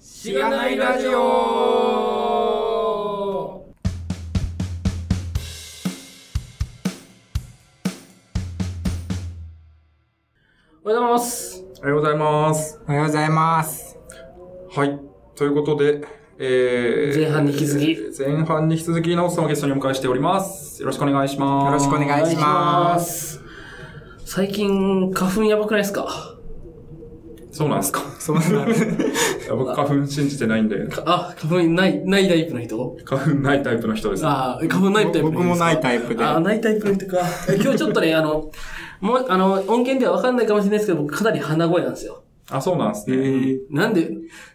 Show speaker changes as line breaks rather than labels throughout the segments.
しがないラジオおはようございます。
おはようございます。
おはようございます。
はい。ということで、えー、
前半に引き続き。。
前半に引き続き、直人さんをゲストにお迎えしております。よろしくお願いします。
よろしくお願いします
最近、花粉やばくないですか
す。そうなんですか。
そうなんです。
いや僕、花粉信じてないんで、
かあ、花粉ない、ないタイプの人
花粉ないタイプの人です。
あー、花粉ないタイプの人
僕もないタイプで。
あー、ないタイプの人か。え今日ちょっとね、あの、もう、あの、音源ではわかんないかもしれないですけど、僕かなり鼻声なんですよ。
あ、そうなんです
え
ね。
ー
なんで、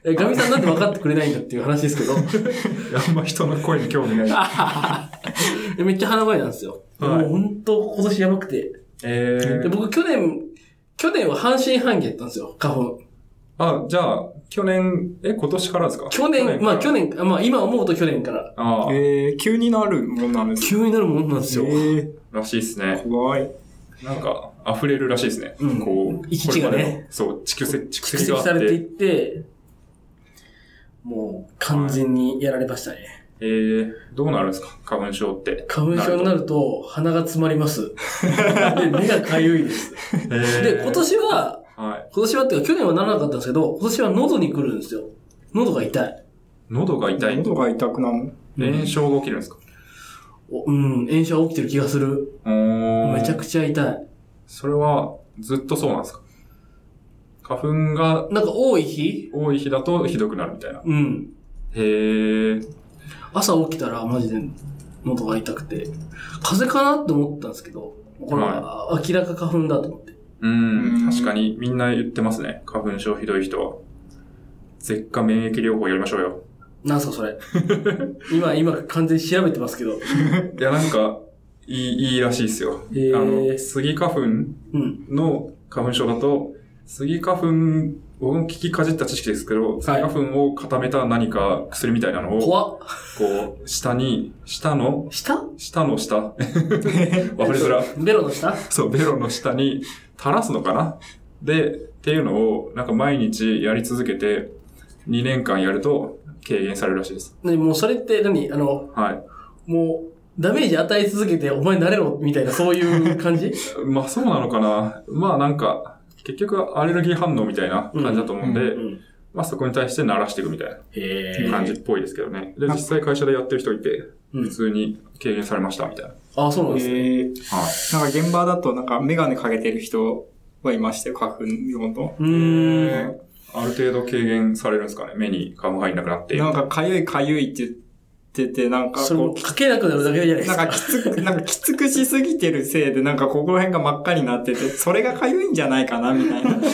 えガミさんなんで分かってくれないんだっていう話ですけど。
いやあんま人の声に興味ない。
でめっちゃ鼻声なんですよ。
はい
もう本当今年やばくて。
え
で、
ー、
僕去年、去年は半信半疑やったんですよ、花粉。
あ、じゃあ、去年、え、今年からですか
去年、まあ去
年
年、まあ今思うと去年から。
から。ああ、
えー急になるもんなんです
急になるもんなんですよ。
え
らしいです
ー
ね。
怖い。
なんか、溢れるらしいですね。
うん
こう、
行き地がね
これまでのそう、蓄積、蓄
蓄
積
積
が
さ
あっ。
れていってて、もう完全にやられましたね。
えー、どうなるんですか花粉症って。
花粉症になると鼻が詰まり ます。で、目がかゆいです。で、
で
今、年は、
はい。
今年はっていうか去年はならなかったんですけど、今年は喉に来るんですよ。喉が痛い。
喉が痛い。
喉が痛くなる。
炎症が起きるんですか
おうん、炎症が起きてる気がする。め
め
ちゃくちゃ痛い。
それは、ずっとそうなんですか花粉が
なんか多い日
多い日だとひどくなるみたいな。
うん。
へー。
朝起きたらマジで喉が痛くて、風邪かなって思ったんですけど、これはあ明らか花粉だと思って。
う
う
ん、
ん
確かにみんな言ってますね。花粉症ひどい人は。舌下免疫療法やりましょうよ。
なんすかそれ。 今、今完全に調べてますけど。
いや、なんか、いい、いいらしいですよ。
へ
あ
ー
の、スギ花粉
うん。
の花粉症だと、スギ花粉、僕も聞きかじった知識ですけど、スギ花粉を固めた何か薬みたいなのを、
怖っ。
こう、下に、下の、
下
下の下。 わかりづら。
ベロの下
そう、ベロの下に垂らすのかなで、っていうのを、なんか毎日やり続けて、2年間やると軽減されるらしいです。
ね、もうそれって何あの、
はい。
もう、ダメージ与え続けてお前なれろみたいな、そういう感 じ
まあそうなのかな。まあなんか、結局アレルギー反応みたいな感じだと思うんで、
ん。
まあそこに対して慣らしていくみたい
へ
な感じ
ー。
っぽいですけどね。で、実際会社でやってる人いて、
うん
普通に軽減されましたみたいな。
あ、そうなん
え
ですね。
ー
はい。
なんか現場だと、なんかメガネかけてる人はいましたよ、花粉用の。
うーん。
ねある程度軽減されるんですかね目に花粉入んなくなって。
なんかかゆいかゆいって言ってて、なんか
それも
こ、
かけなくなるだけじゃないうです
なんか
か。
きつく、なんかきつくしすぎてるせいで、なんかここら辺が真っ赤になってて、それがかゆいんじゃないかな、みたいな。
バカに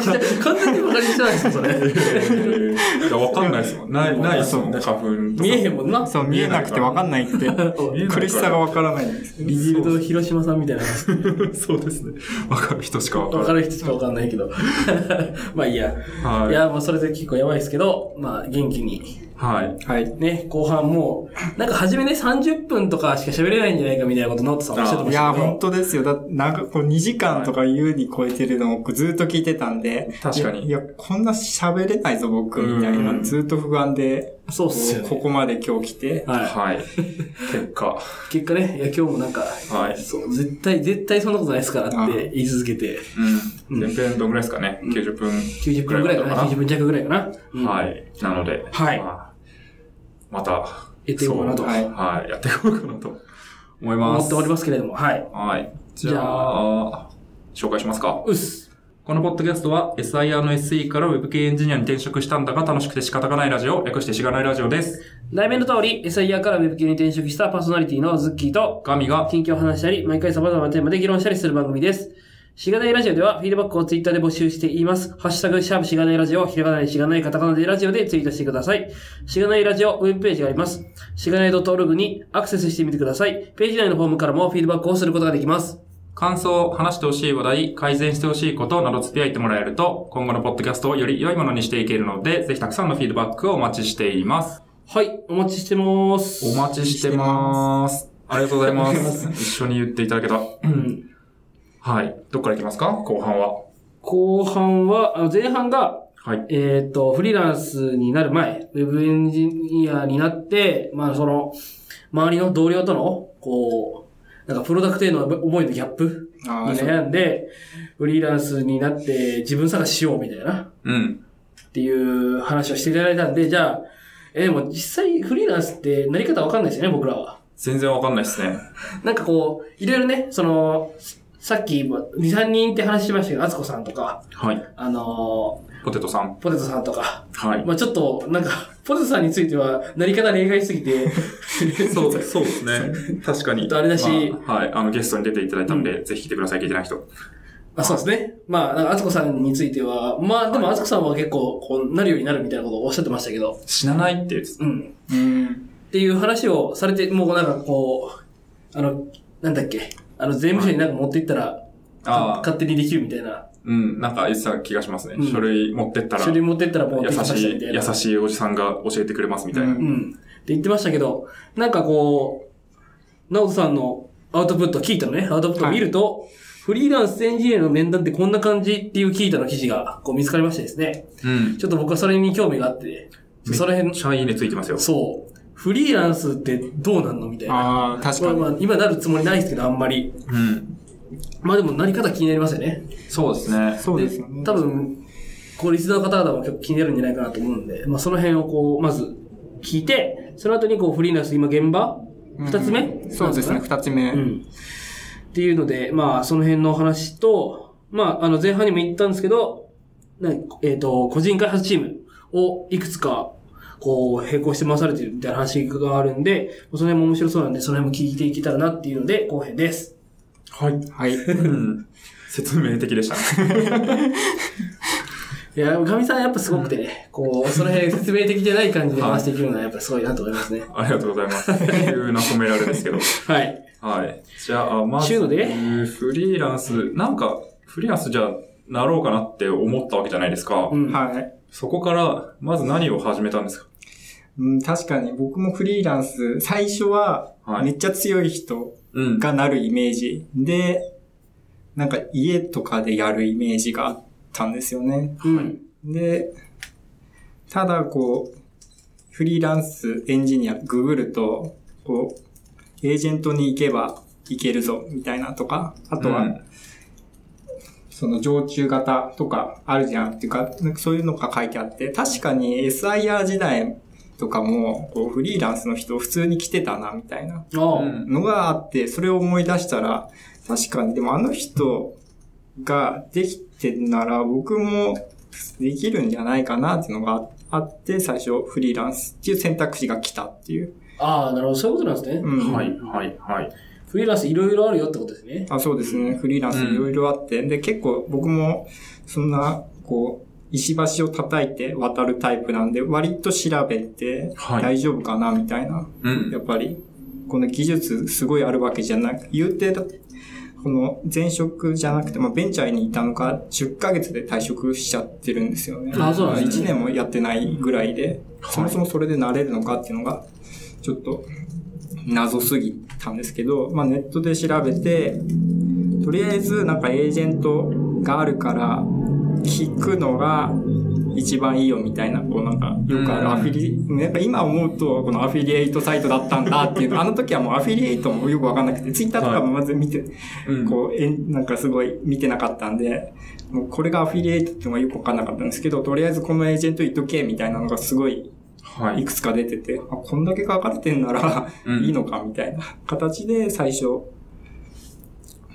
して、完全にバカにしてないですよ、それ。
いやわかんないですもん。ない、ないですもん、花粉。
見えへんもんな。
そう、見えなくてわかんな いって。
見えないから
苦しさがわからないんです。
ビビると広島さんみたいな話。
そうですね。わかる人しかわか
わからる
ない。
人しかわかんないけど。 まあいいや。
はい
いや、まあそれで結構やばいですけど、まあ元気に。
はい。
はい。
ね、後半もう、なんか初めね30分とかしか喋れないんじゃないかみたいなこと、直人さんおっしゃってま
い
した
や、
けど。
本当ですよ。だなんか、こう、2時間とか優に超えてるのをずっと聞いてたんで。
確かに
いや、いやこんな喋れないぞ、僕、みたい
うん
な。ずっと不安で、
そうっすよ
こうこ
ね。
こまで今日来て。
は
はい。結果。
い。結果ね、いや今日もなんか、
はい
そう、絶対、絶対そんなことないですからって言い続けて、
うん。前編どんぐらいですかね ?90 分。
90分ぐらいかな、
ぐらいかな
90分弱ぐらいかな。うん
はい。なので。
はい
まあまた。
やっていこうかなと
そうはい。やっていこうかなと思いま
思
す。
っておりますけれども、はい。
はい。じ
じ
ゃ
ゃ
あ、紹介しますか。
うっす。
このポッドキャストは SIR の SE から Web 系エンジニアに転職したんだが楽しくて仕方がないラジオ、略してしがないラジオです。
題名の通り、SIR から Web 系に転職したパーソナリティのズッキーと、
ガミが、
近況を話したり、毎回様々なテーマで議論したりする番組です。しがないラジオでは、フィードバックをツイッターで募集しています。ハッシュタグ、シャープしがないラジオ、ひらがなでしがないカタカナでラジオでツイートしてください。しがないラジオ、ウェブページがあります。しがない .org にアクセスしてみてください。ページ内のフォームからもフィードバックをすることができます。
感想、話してほしい話題、改善してほしいことなどつぶやいてもらえると、今後のポッドキャストをより良いものにしていけるので、ぜひたくさんのフィードバックをお待ちしています。
はい、お待ちしてます。
お待ちしてます。ありがとうございます。一緒に言っていただけた。
うん
はい。どっから行きますか後半は。
後半は、あ前半が、
はい。
えーっと、フリーランスになる前、ウェブエンジニアになって、まあその、周りの同僚との、こう、なんかプロダクトへの思いのギャップ
あ
に
あ、そう
悩んで、フリーランスになって自分探ししようみたいな、
うん。
っていう話をしていただいたんで、じゃあ、えーでも実際フリーランスってなり方わかんないですよね、僕らは。
全然わかんないですね。
なんかこう、いろいろね、その、さっきも2、3人って話しましたけど、あつこさんとか、
はい。
あの
ポテトさん。
ーポテトさんとか、
はい。
まあちょっと、なんか、ポテトさんについては、なり方例外すぎて、
そうです。そうですね。確か
ちょっ
に。
とあれだし
まあはい。あの、ゲストに出ていただいたので、ぜひ来てください、聞いてない人。
あそうですね。まあ、なんか、あつこさんについては、まあ、でも、あつこさんは結構、こう、なるようになるみたいなことをおっしゃってましたけど、
死なないって言って
うん。
うん。
っていう話をされて、もうなんかこう、あの、なんだっけ、あの、税務署になんか持っていったら、
た。ああ。
勝手にできるみたいな。
うん。なんか言ってた気がしますね。
うん
書類持ってったら
書、類持ってったらもうで
優
きました
し
み
い、
たい
優
な。
しいおじさんが教えてくれますみたいな。
うん
うん。って言ってましたけど、なんかこう、直人さんのアウトプット聞いたのね、アウトプットを見ると、フリーランスエンジニアの面談ってこんな感じっていう聞いたの記事がこう見つかりましてですね。
うん。
ちょっと僕はそれに興味があって、その
めっ
辺、
ちゃいいねついてますよ。
そう、フリーランスってどうなんのみたいな。
ああ、確
まあ
かに。
まあ、今なるつもりないですけど、あんまり。
うん。
まあでもなり方気になりますよね。
そうですね。
そうですよね。
多分、こう、リスナーの方々も結構気になるんじゃないかなと思うんで、まあ、その辺をこう、まず聞いて、その後にこう、フリーランス、今現場
うん
二つ目、
そうですね、二つ目。
うん。っていうので、まあ、その辺の話と、まあ、あの、前半にも言ったんですけど、ねえっ、と、個人開発チームをいくつか、こう、並行して回されてるみたいな話があるんで、その辺も面白そうなんで、その辺も聞いていけたらなっていうので、後編です。
はい。
はい。
うん。説明的でしたね。
いや、かみさんやっぱすごくてね、こう、その辺説明的じゃない感じで回していけるのはやっぱすごいなと思いますね。
ありがとうございます。急な褒められですけど。
はい。
はい。じゃあ、ま
ちゅう
ず、
ので
フリーランス、なんか、フリーランスじゃあ、なろうかなって思ったわけじゃないですか。
うん。
はい。
そこから、まず何を始めたんですか
うん、確かに僕もフリーランス、最初は
はい
めっちゃ強い人
うん。
がなるイメージで、なんか家とかでやるイメージがあったんですよね。
うん。
で、ただこう、フリーランスエンジニアググると、こう、エージェントに行けば行けるぞ、みたいなとか、あ
あ
とは、その常駐型とかあるじゃんっていうか、なんかそういうのが書いてあって、確かに SIR 時代とかも、こうフリーランスの人普通に来てたな、みたいな
ああ。
うん
のがあって、それを思い出したら、確かに、でもあの人ができてんなら、僕もできるんじゃないかなっていうのがあって、最初フリーランスっていう選択肢が来たっていう。
ああ、なるほど。そういうことなんですね。
うん
はい、はい、はい。
フリーランスいろいろあるよってことですね。
あそうですね。フリーランスいろいろあって、で、結構僕も、そんな、こう、石橋を叩いて渡るタイプなんで、割と調べて、
はい
大丈夫かな、みたいな。
う
やっ
ん。
ぱり、この技術すごいあるわけじゃなく、言うて、この前職じゃなくて、まあ、ベンチャーにいたのか、10ヶ月で退職しちゃってるんですよね。
あそうなんです
1
ね
年もやってないぐらいで、
はい
そもそもそれで慣れるのかっていうのが、ちょっと謎すぎたんですけど、まあ、ネットで調べて、とりあえずなんかエージェントがあるから、聞くのが一番いいよみたいな、こうなんか、よくあ
う
る
ん
アフィリ、やっぱ今思うと、このアフィリエイトサイトだったんだっていうの、あの時はもうアフィリエイトもよくわかんなくて、ツイッターとかもまず見て、
うん
こう、えんなんかすごい見てなかったんで、もうこれがアフィリエイトってのがよくわかんなかったんですけど、とりあえずこのエージェントいっとけみたいなのがすごい
はいい。
くつか出てて、あ、こんだけ書かれてんなら
うん
いいのかみたいな形で最初、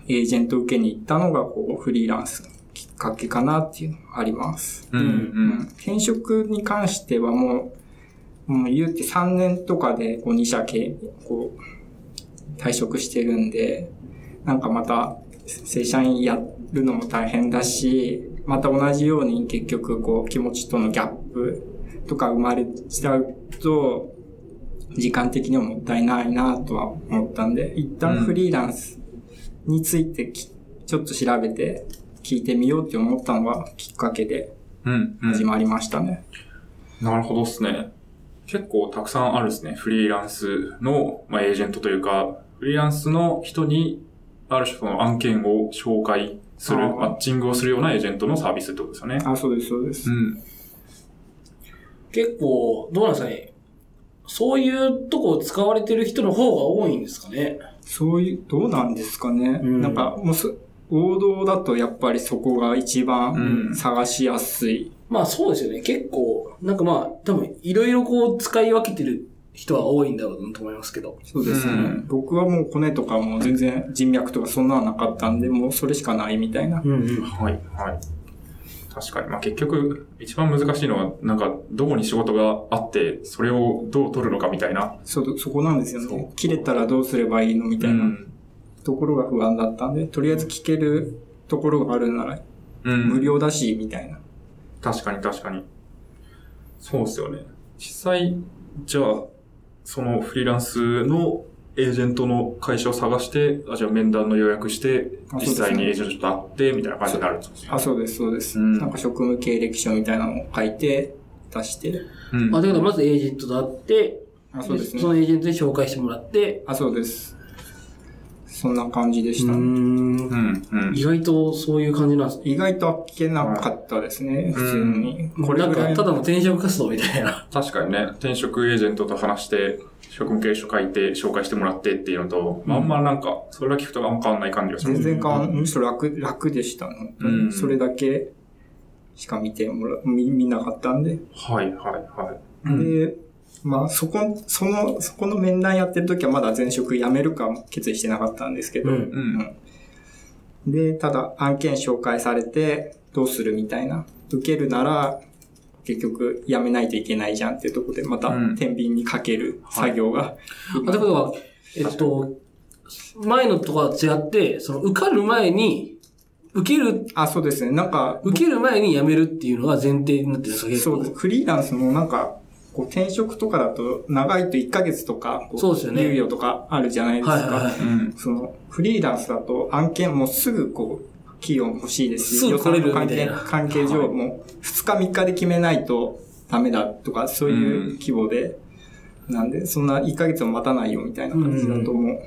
エージェント受けに行ったのが、こう、フリーランスのきっかけかなっていうのがあります。
うん、うん。
転職に関してはもう、もう言うて3年とかでこう2社系、こう、退職してるんで、なんかまた正社員やるのも大変だし、また同じように結局こう気持ちとのギャップとか生まれちゃうと、時間的にはもったいないなとは思ったんで、一
うん
旦フリーランスについてき、ちょっと調べて聞いてみようって思ったのがきっかけで、
うん、うん
始。まりましたね。
なるほどっすね。結構たくさんあるですね。フリーランスの、まあ、エージェントというか、フリーランスの人に、ある種その案件を紹介する、
あー
マッチングをするようなエージェントのサービスってことですよね。
あ、そうです、そうです。
うん。
結構、どうなんですかね。そういうとこを使われてる人の方が多いんですかね。
そういう、どうなんですかね。
うん
なんか、もうす、王道だとやっぱりそこが一
う
番
ん
探しやすい。
まあそうですよね。結構、なんかまあ、多分、いろいろこう、使い分けてる人は多いんだろうなと思いますけど。
そうですね。
うん
僕はもう骨とかも全然人脈とかそんなのはなかったんで、もうそれしかないみたいな。
うんうん。
はい、はい。確かに。まあ、結局、一番難しいのは、なんか、どこに仕事があって、それをどう取るのかみたいな。
そ、そこなんですよ
そ
ね
う。
切れたらどうすればいいのみたいなところが不安だったんで、とりあえず聞けるところがあるなら
うん
無料だし、みたいな。
確かに確かに。そうですよね。実際、じゃあ、そのフリーランスのエージェントの会社を探して、あじゃあ面談の予約して、
あそう
実
ですね
際にエージェントと会って、みたいな感じになるんですよ
あ、そうです、そうです。
うん
なんか職務経歴書みたいなのを書いて、出して。
うん
まあ、だけど、まずエージェントと会って、
あ、そうですね。
のエージェントに紹介してもらって、
あ、そうです。そんな感じでした。
ん
う。ん、うん。
意外とそういう感じなんですね。
意外と聞けなかったですね、普通に。これ
なん
ぐ
から
い、
ただの転職活動みたいな。
確かにね、転職エージェントと話して、職務経歴書書いて、紹介してもらってっていうのと、まああんまなんか、それだけ聞くとあんま変わんない感じがします。
全然変わんむしろ楽、楽でした、本当に
うん
それだけしか見てもら、見、見なかったんで。
はい、はい、はい。うん
で、まあ、そこ、その、そこの面談やってる時はまだ前職辞めるかも決意してなかったんですけど、
ん。
うん。
で、ただ案件紹介されて、どうするみたいな。受けるなら、結局辞めないといけないじゃんっていうところで、また、
うん
天秤にかける作業が。
あ、ということは、えっと、前のとか違って、その、受かる前に、受ける、
あ、そうですね。なんか、
受ける前に辞めるっていうのが前提になってるんですか、結
そ
構
うです。フリーランスもなんか、こう転職とかだと、長いと1ヶ月とか、こ
そうですよね
猶予とかあるじゃないですか。
はいはいはい。
うん。
その、フリーランスだと案件もすぐこう、企業も欲しいです
す
し、
ぐ来れる
予算の
みた
関係
いな
関係上もう2日3日で決めないとダメだとか、そういう規模で、なんで、そんな1ヶ月も待たないよみたいな感じだと思う。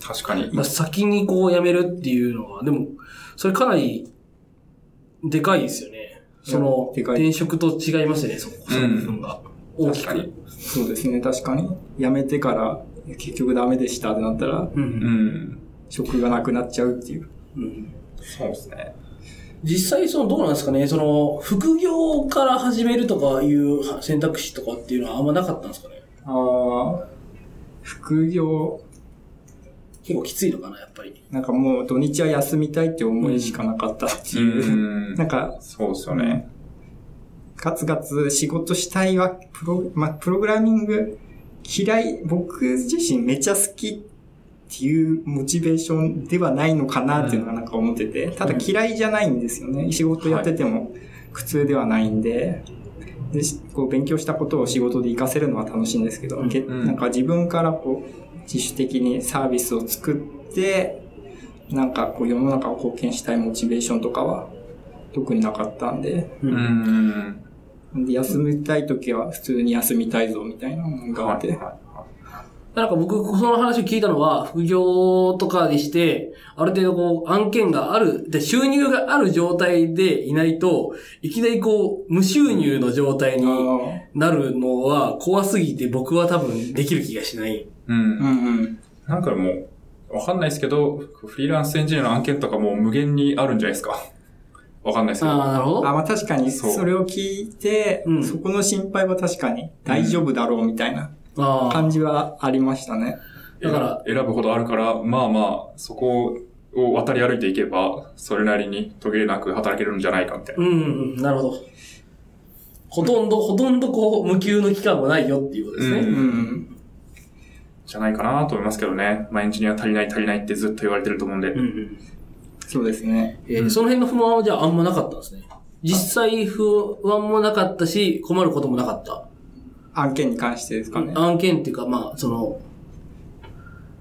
確かに。
まあ、先にこう辞めるっていうのは、でも、それかなり、でかいですよね。その、
でかい
転職と違いますよね、そこ、
うん
その部分が。大き
確か
く
に。
そうですね、確かに。辞めてから、結局ダメでしたってなったら、
う。
うんん。
職がなくなっちゃうっていう。
うん。
そうですね。
実際、その、どうなんですかね。その、副業から始めるとかいう選択肢とかっていうのはあんまなかったんですかね。
ああ、副業、
結構きついのかな、やっぱり。
なんかもう土日は休みたいって思いしかなかったって
う
いう。
ん
な。んか、
そうですよね。
ガツガツ仕事したいわ、プロ、まあ、プログラミング嫌い、僕自身めちゃ好きっていうモチベーションではないのかなっていうのがなんか思ってて、ただ嫌いじゃないんですよね。仕事やってても苦痛ではないんで、で、しこう勉強したことを仕事で活かせるのは楽しいんですけど、
うん
け
うん
なんか自分からこう自主的にサービスを作って、なんかこう世の中を貢献したいモチベーションとかは特になかったんで、
う。
うんん。
で休みたい時は普通に休みたいぞみたいなのがあって。
なんか僕、その話を聞いたのは、副業とかにして、ある程度こう、案件がある、で、収入がある状態でいないと、いきなりこう、無収入の状態になるのは怖すぎて、僕は多分できる気がしない。
うん
う。んうん。
なんかもう、わかんないですけど、フリーランスエンジニアの案件とかもう無限にあるんじゃないですか。わかんないですけ
あ
ど。
あ、なるほど。
あ、まあ確かに
そう
それを聞いて、
うん
そこの心配は確かに大丈夫だろうみたいな
ああ。
感じはありましたね。
だから
選ぶほどあるから、まあまあ、そこを渡り歩いていけば、それなりに途切れなく働けるんじゃないかみたいな。
うんうん、なるほど。ほとんど、ほとんどこう、無給の期間はないよっていうことですね。
うん
うんうん。
じゃないかなと思いますけどね。まあエンジニア足りない足りないってずっと言われてると思うんで。
うん
そうですね。
えー
うん
その辺の不満はじゃああんまなかったんですね。実際不安もなかったし、困ることもなかった。
案件に関してですかね。
案件っていうか、まあ、その、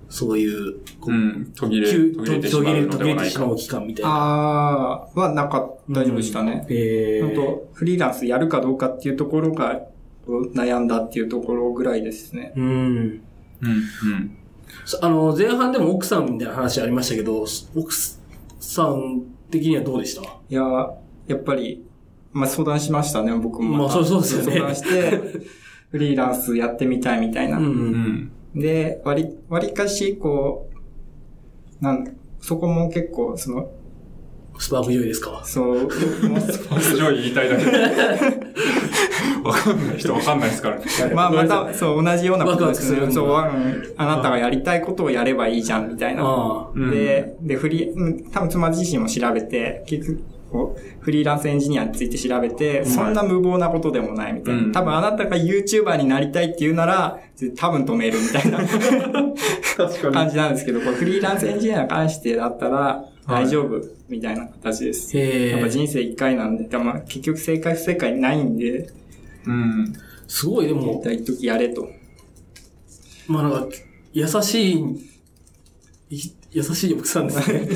そういう、こ
う
う、
ん、途切れ、
急
途
途
切れてし
途
ま
切れ
う
る途
の
切れ
ではな
て
い
し
か
ま。う期間みたいな。
あーはなかった、大丈夫でしたね。
え
あ
ー、
と、フリーランスやるかどうかっていうところが悩んだっていうところぐらいですね。
うん。
うん、うん。
そあの、前半でも奥さんみたいな話ありましたけど、奥さん的にはどうでした
いやー、やっぱり、まあ相談しましたね、僕も。
まあそうそうですよね
相 談して、フリーランスやってみたいみたいな。
うん
う
うん。
ん。
で、割り、割りかし、こう、なん、そこも結構、その、
スパーク上位ですか
そう、もう
上位言いたいだけ。わかんない人わかんないですからね。
まあ
ごめ
ま
んなさ
た、そう、同じようなこと
ワクワ
ですね。
クす
そ
る
う、
んだ
ワンあなたがやりたいことをやればいいじゃん、みたいな。
あ
うん
で、で、フリーうん、多分妻自身も調べて、結局、こうフリーランスエンジニアについて調べて、そんな無謀なことでもないみたいな。
うん
多分あなたが YouTuber になりたいって言うなら、多分止めるみたいな
確か
感じなんですけど、これフリーランスエンジニアに関してだったら、
はい
大丈夫みたいな形です。
へ
やっぱ
え。
人生一回なんで、でも結局正解不正解ないんで、
うん。
すごい、で
やり
も、
たい時やれと。
まあなんか、優しい、い優しい奥さんです ね。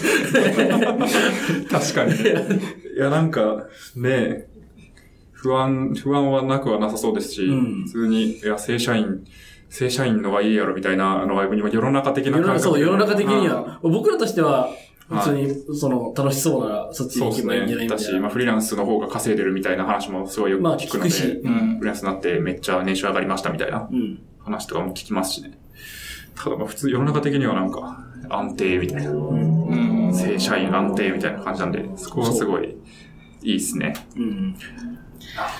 確かに。 いや、なんか、ね不安、不安はなくはなさそうですし、
うん
普通に、いや、正社員、正社員のがいいやろみたいなのが、今世の中的
世
な
の中、
感
そ
覚
う、
で
世の中的には。僕らとしては、
はい
普通に、その、楽しそうなら、そっち
そ
に行
うで
け
す
ばいいんじゃな
ね。
いみ
だ
た
し、
い
ま
な。
あ、フリーランスの方が稼いでるみたいな話もすごいよく
まあ、
聞
聞
くので、
くし
フ。
うん
リー。ランスになってめっちゃ年収上がりましたみたいな
うん。
話とかも聞きますしね。ただ、まあ、普通、世の中的にはなんか、安定みたいな。
うん。
うん。
正社員安定みたいな感じなんで、そこはすごい、いいですね。
うん。
な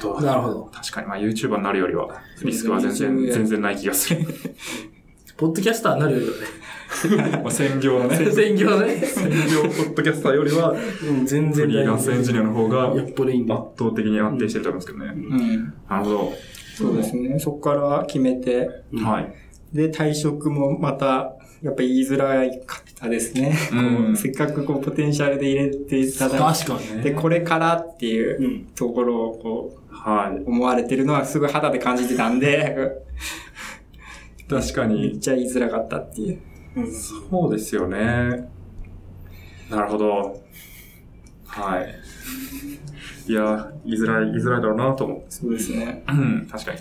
るほ
なるほど。
確かに、まあ YouTuber になるよりは、リスクは全
そうです
然、
ね
全然ない気がする。
ポッドキャスターになるよね。
まあ専業のね、
専業ね。
専業ポッドキャスターよりは、フ
うん、全然
リー
大
ラ
丈
ンスエンジ
夫。
ニアの方が、
や
圧
っぱりいいんだ。
倒的に安定してると思うんですけどね。
うん。
なるほど。
そうですね。そこから決めて、
うん
はい。
で、退職もまた、やっぱり言いづらい方ですね。
うん
こうせっかくこう、ポテンシャルで入れていただい
確かに
て、
ね。。
で、これからっていううんところをこ
は
う、思われてるのはすぐ肌で感じてたんで、
い。確か
めっ
に、
ちゃ言いづらかったっていう。
そうですよね。なるほど。はい。いや、言いづらい、言いづらいだろうなと思って。
そうですね。
うん、確かに。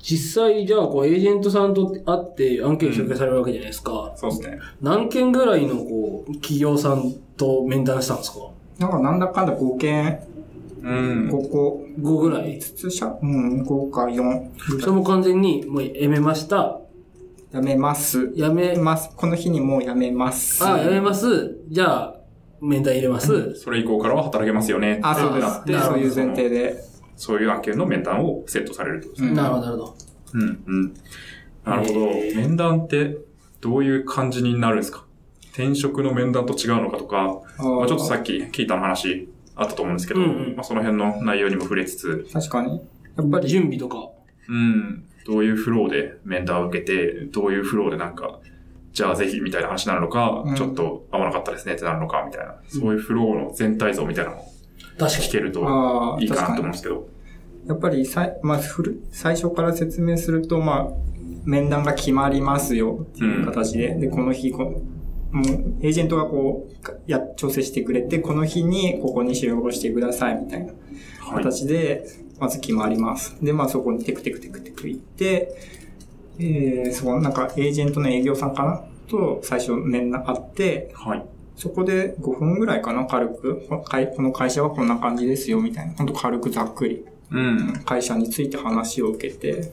実際、じゃあ、こう、エージェントさんと会って案件を紹介されるわけじゃないですか。
そうですね。
何件ぐらいの、こう、企業さんと面談したんですか
なんかなんだかんだ5件、
うん。
5個、
?5 ぐらい。
通社うん、5か4。
それも完全に、もう、やめました。
やめます。
やめ
やめ、ます。この日にもうやめます。
あ、やめます。じゃあ、面談入れます。
それ以降からは働けますよね。
あ、そうで
あ
す。で、
なるほ
そ
ど
ういう前提で。
そういう案件の面談をセットされるってことですね。
うん
なるほど、なるほど。
うんうん。なるほど。
えー
面談ってどういう感じになるんですか転職の面談と違うのかとか、まあ、ちょっとさっき聞いたの話あったと思うんですけど、
うんうん
まあ、その辺の内容にも触れつつ、
確かに。やっぱり、
準備とか。
うん、どういうフローで面談を受けて、どういうフローでなんか、じゃあぜひみたいな話になるのか、
うん
ちょっと合わなかったですねってなるのか、みたいな、そういうフローの全体像みたいなのを
確か
聞けると
ああ、
いいか
確
な
か
と思う
に
んですけど。
やっぱりさい、まあ、ふる最初から説明すると、まあ、面談が決まりますよっていう形で、で、この日こう、もうエージェントがこうかや、調整してくれて、この日にここに集合してくださいみたいな
はい。
形で、まず決まります。で、まあそこにテクテクテクテク行って、えー、そこ、なんかエージェントの営業さんかなと最初面談あって、
はい。
そこで5分ぐらいかな、軽く。この会この会社はこんな感じですよみたいな。ほんと軽くざっくり。
うん。
会社について話を受けて、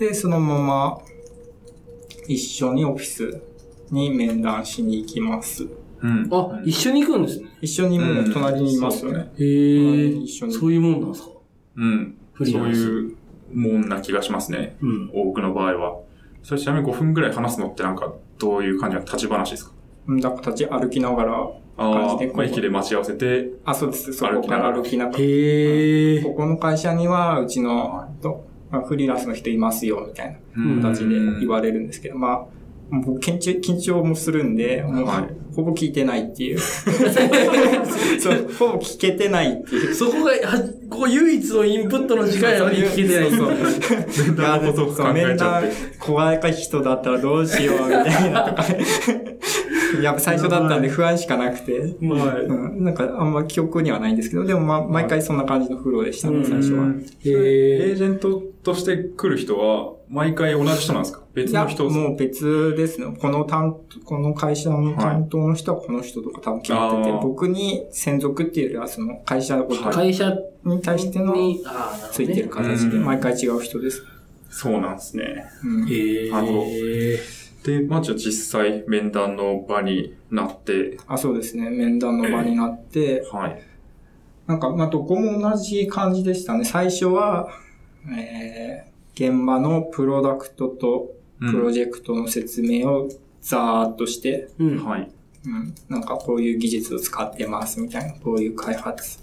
で、そのまま一緒にオフィスに面談しに行きます。
うん。
に。あ、一緒に行くんですね。
一緒にもう隣にいますよ
うんそう
ね。
へえ
はい一緒。に
そういうもんなんですか
うん。
フリー
そ
ラ
う
ンス
いうもんな気がしますね。
うん。
多くの場合は。それちなみに5分ぐらい話すのってなんか、どういう感じの立ち話ですか
うんだから立ち歩きながら、
ああ
感じでこ、う
まあ、駅で待ち合わせて、
あ、そうです。そこから歩きながら。
へえ。
ここの会社にはうちのとまあフリーランスの人いますよ、みたい
ん
な形で言
れ
われるんですけど、まあ、もう緊張緊張もするんで、もう
はい
ほぼ聞いてないっていう。そうほぼ聞けてないっていう。
そこが、はこう唯一のインプットの時間やのに聞けてない。
そう
面談のことを考えちゃって。
怖い人だったらどうしようみたいなとか。やっぱ最初だったんで不安しかなくて、
はい。
うん、なんかあんま記憶にはないんですけど、でもまあ、毎回そんな感じのフローでしたね、最初は。
え
へ
エージェントとして来る人は、毎回同じ人なんですか別
い
の
や、
人
もう別ですね。この担当、この会社の担当の人はこの人とか多分決まってて、
あー
僕に専属っていうよりはその会社
は
会社
に対しての
に、ああ、なるほどね
ついてる形で、
うん
毎回違う人です。
そうなんですね。
うん
え
あの
へ
で、まあじゃあ実際面談の場になって、
あ、そうですね。面談の場になって、
はい。
なんか、まあ、どこも同じ感じでしたね。最初は、えー、現場のプロダクトと
うん
プロジェクトの説明をざーっとして、
うん。
はい。
うん、なんかこういう技術を使ってますみたいな、こういう開発、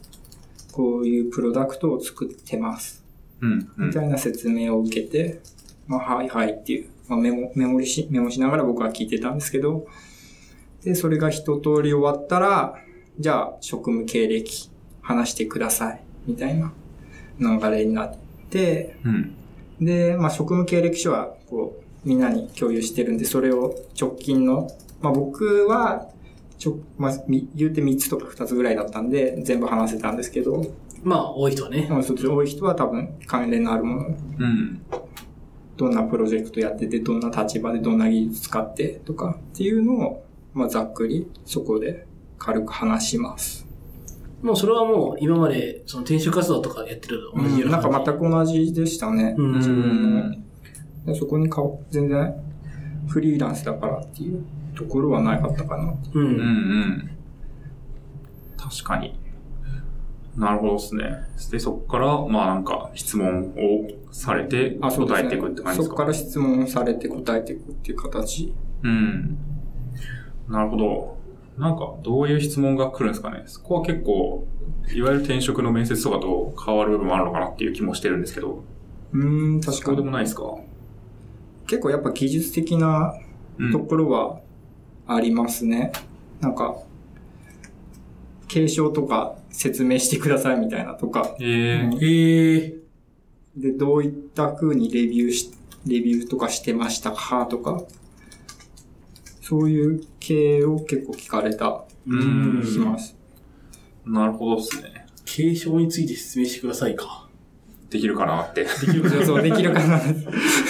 こういうプロダクトを作ってます
うん。う
みた
ん
いな説明を受けて、まあ、はいはいっていう、まあ、メモ、メモりし、メモしながら僕は聞いてたんですけど、で、それが一通り終わったら、じゃあ、職務経歴、話してください、みたいな流れになって、
うん。
で、まあ、職務経歴書は、こう、みんなに共有してるんで、それを直近の、まあ、僕は、ちょ、まあ、み言うて3つとか2つぐらいだったんで、全部話せたんですけど、
まあ、多い人はね
で。もそっち多い人は多分関連のあるもの
うん。
どんなプロジェクトやってて、どんな立場でどんな技術使ってとかっていうのを、まあ、ざっくりそこで軽く話します。
もうそれはもう今までその転職活動とかやってるのと同じよう
な
なん
か
感じ。
全く同じでしたね。
うん
自分
う
のでそこに顔、全然フリーランスだからっていうところはなかったかな。
う
うん
ん。
うん。確かに。なるほどですね。で、そこから、まあなんか質問をされて答えていくって感じ
そ
で
こ
すか
から質問されて答えていくっていう形。
うん。なるほど。なんか、どういう質問が来るんですかね。そこは結構、いわゆる転職の面接とかと変わる部分もあるのかなっていう気もしてるんですけど、
うーん、確か
そうでも
に。
ないですか
結構やっぱ技術的な
うん
ところはありますね。なんか、継承とか説明してくださいみたいなとか、
えー、
えへ
で、どういった風にレビューし、レビューとかしてましたかとか、そういう系を結構聞かれた
うん
気します。
なるほどですね。
継承について説明してくださいか。
できるかなって。
そう、できるかな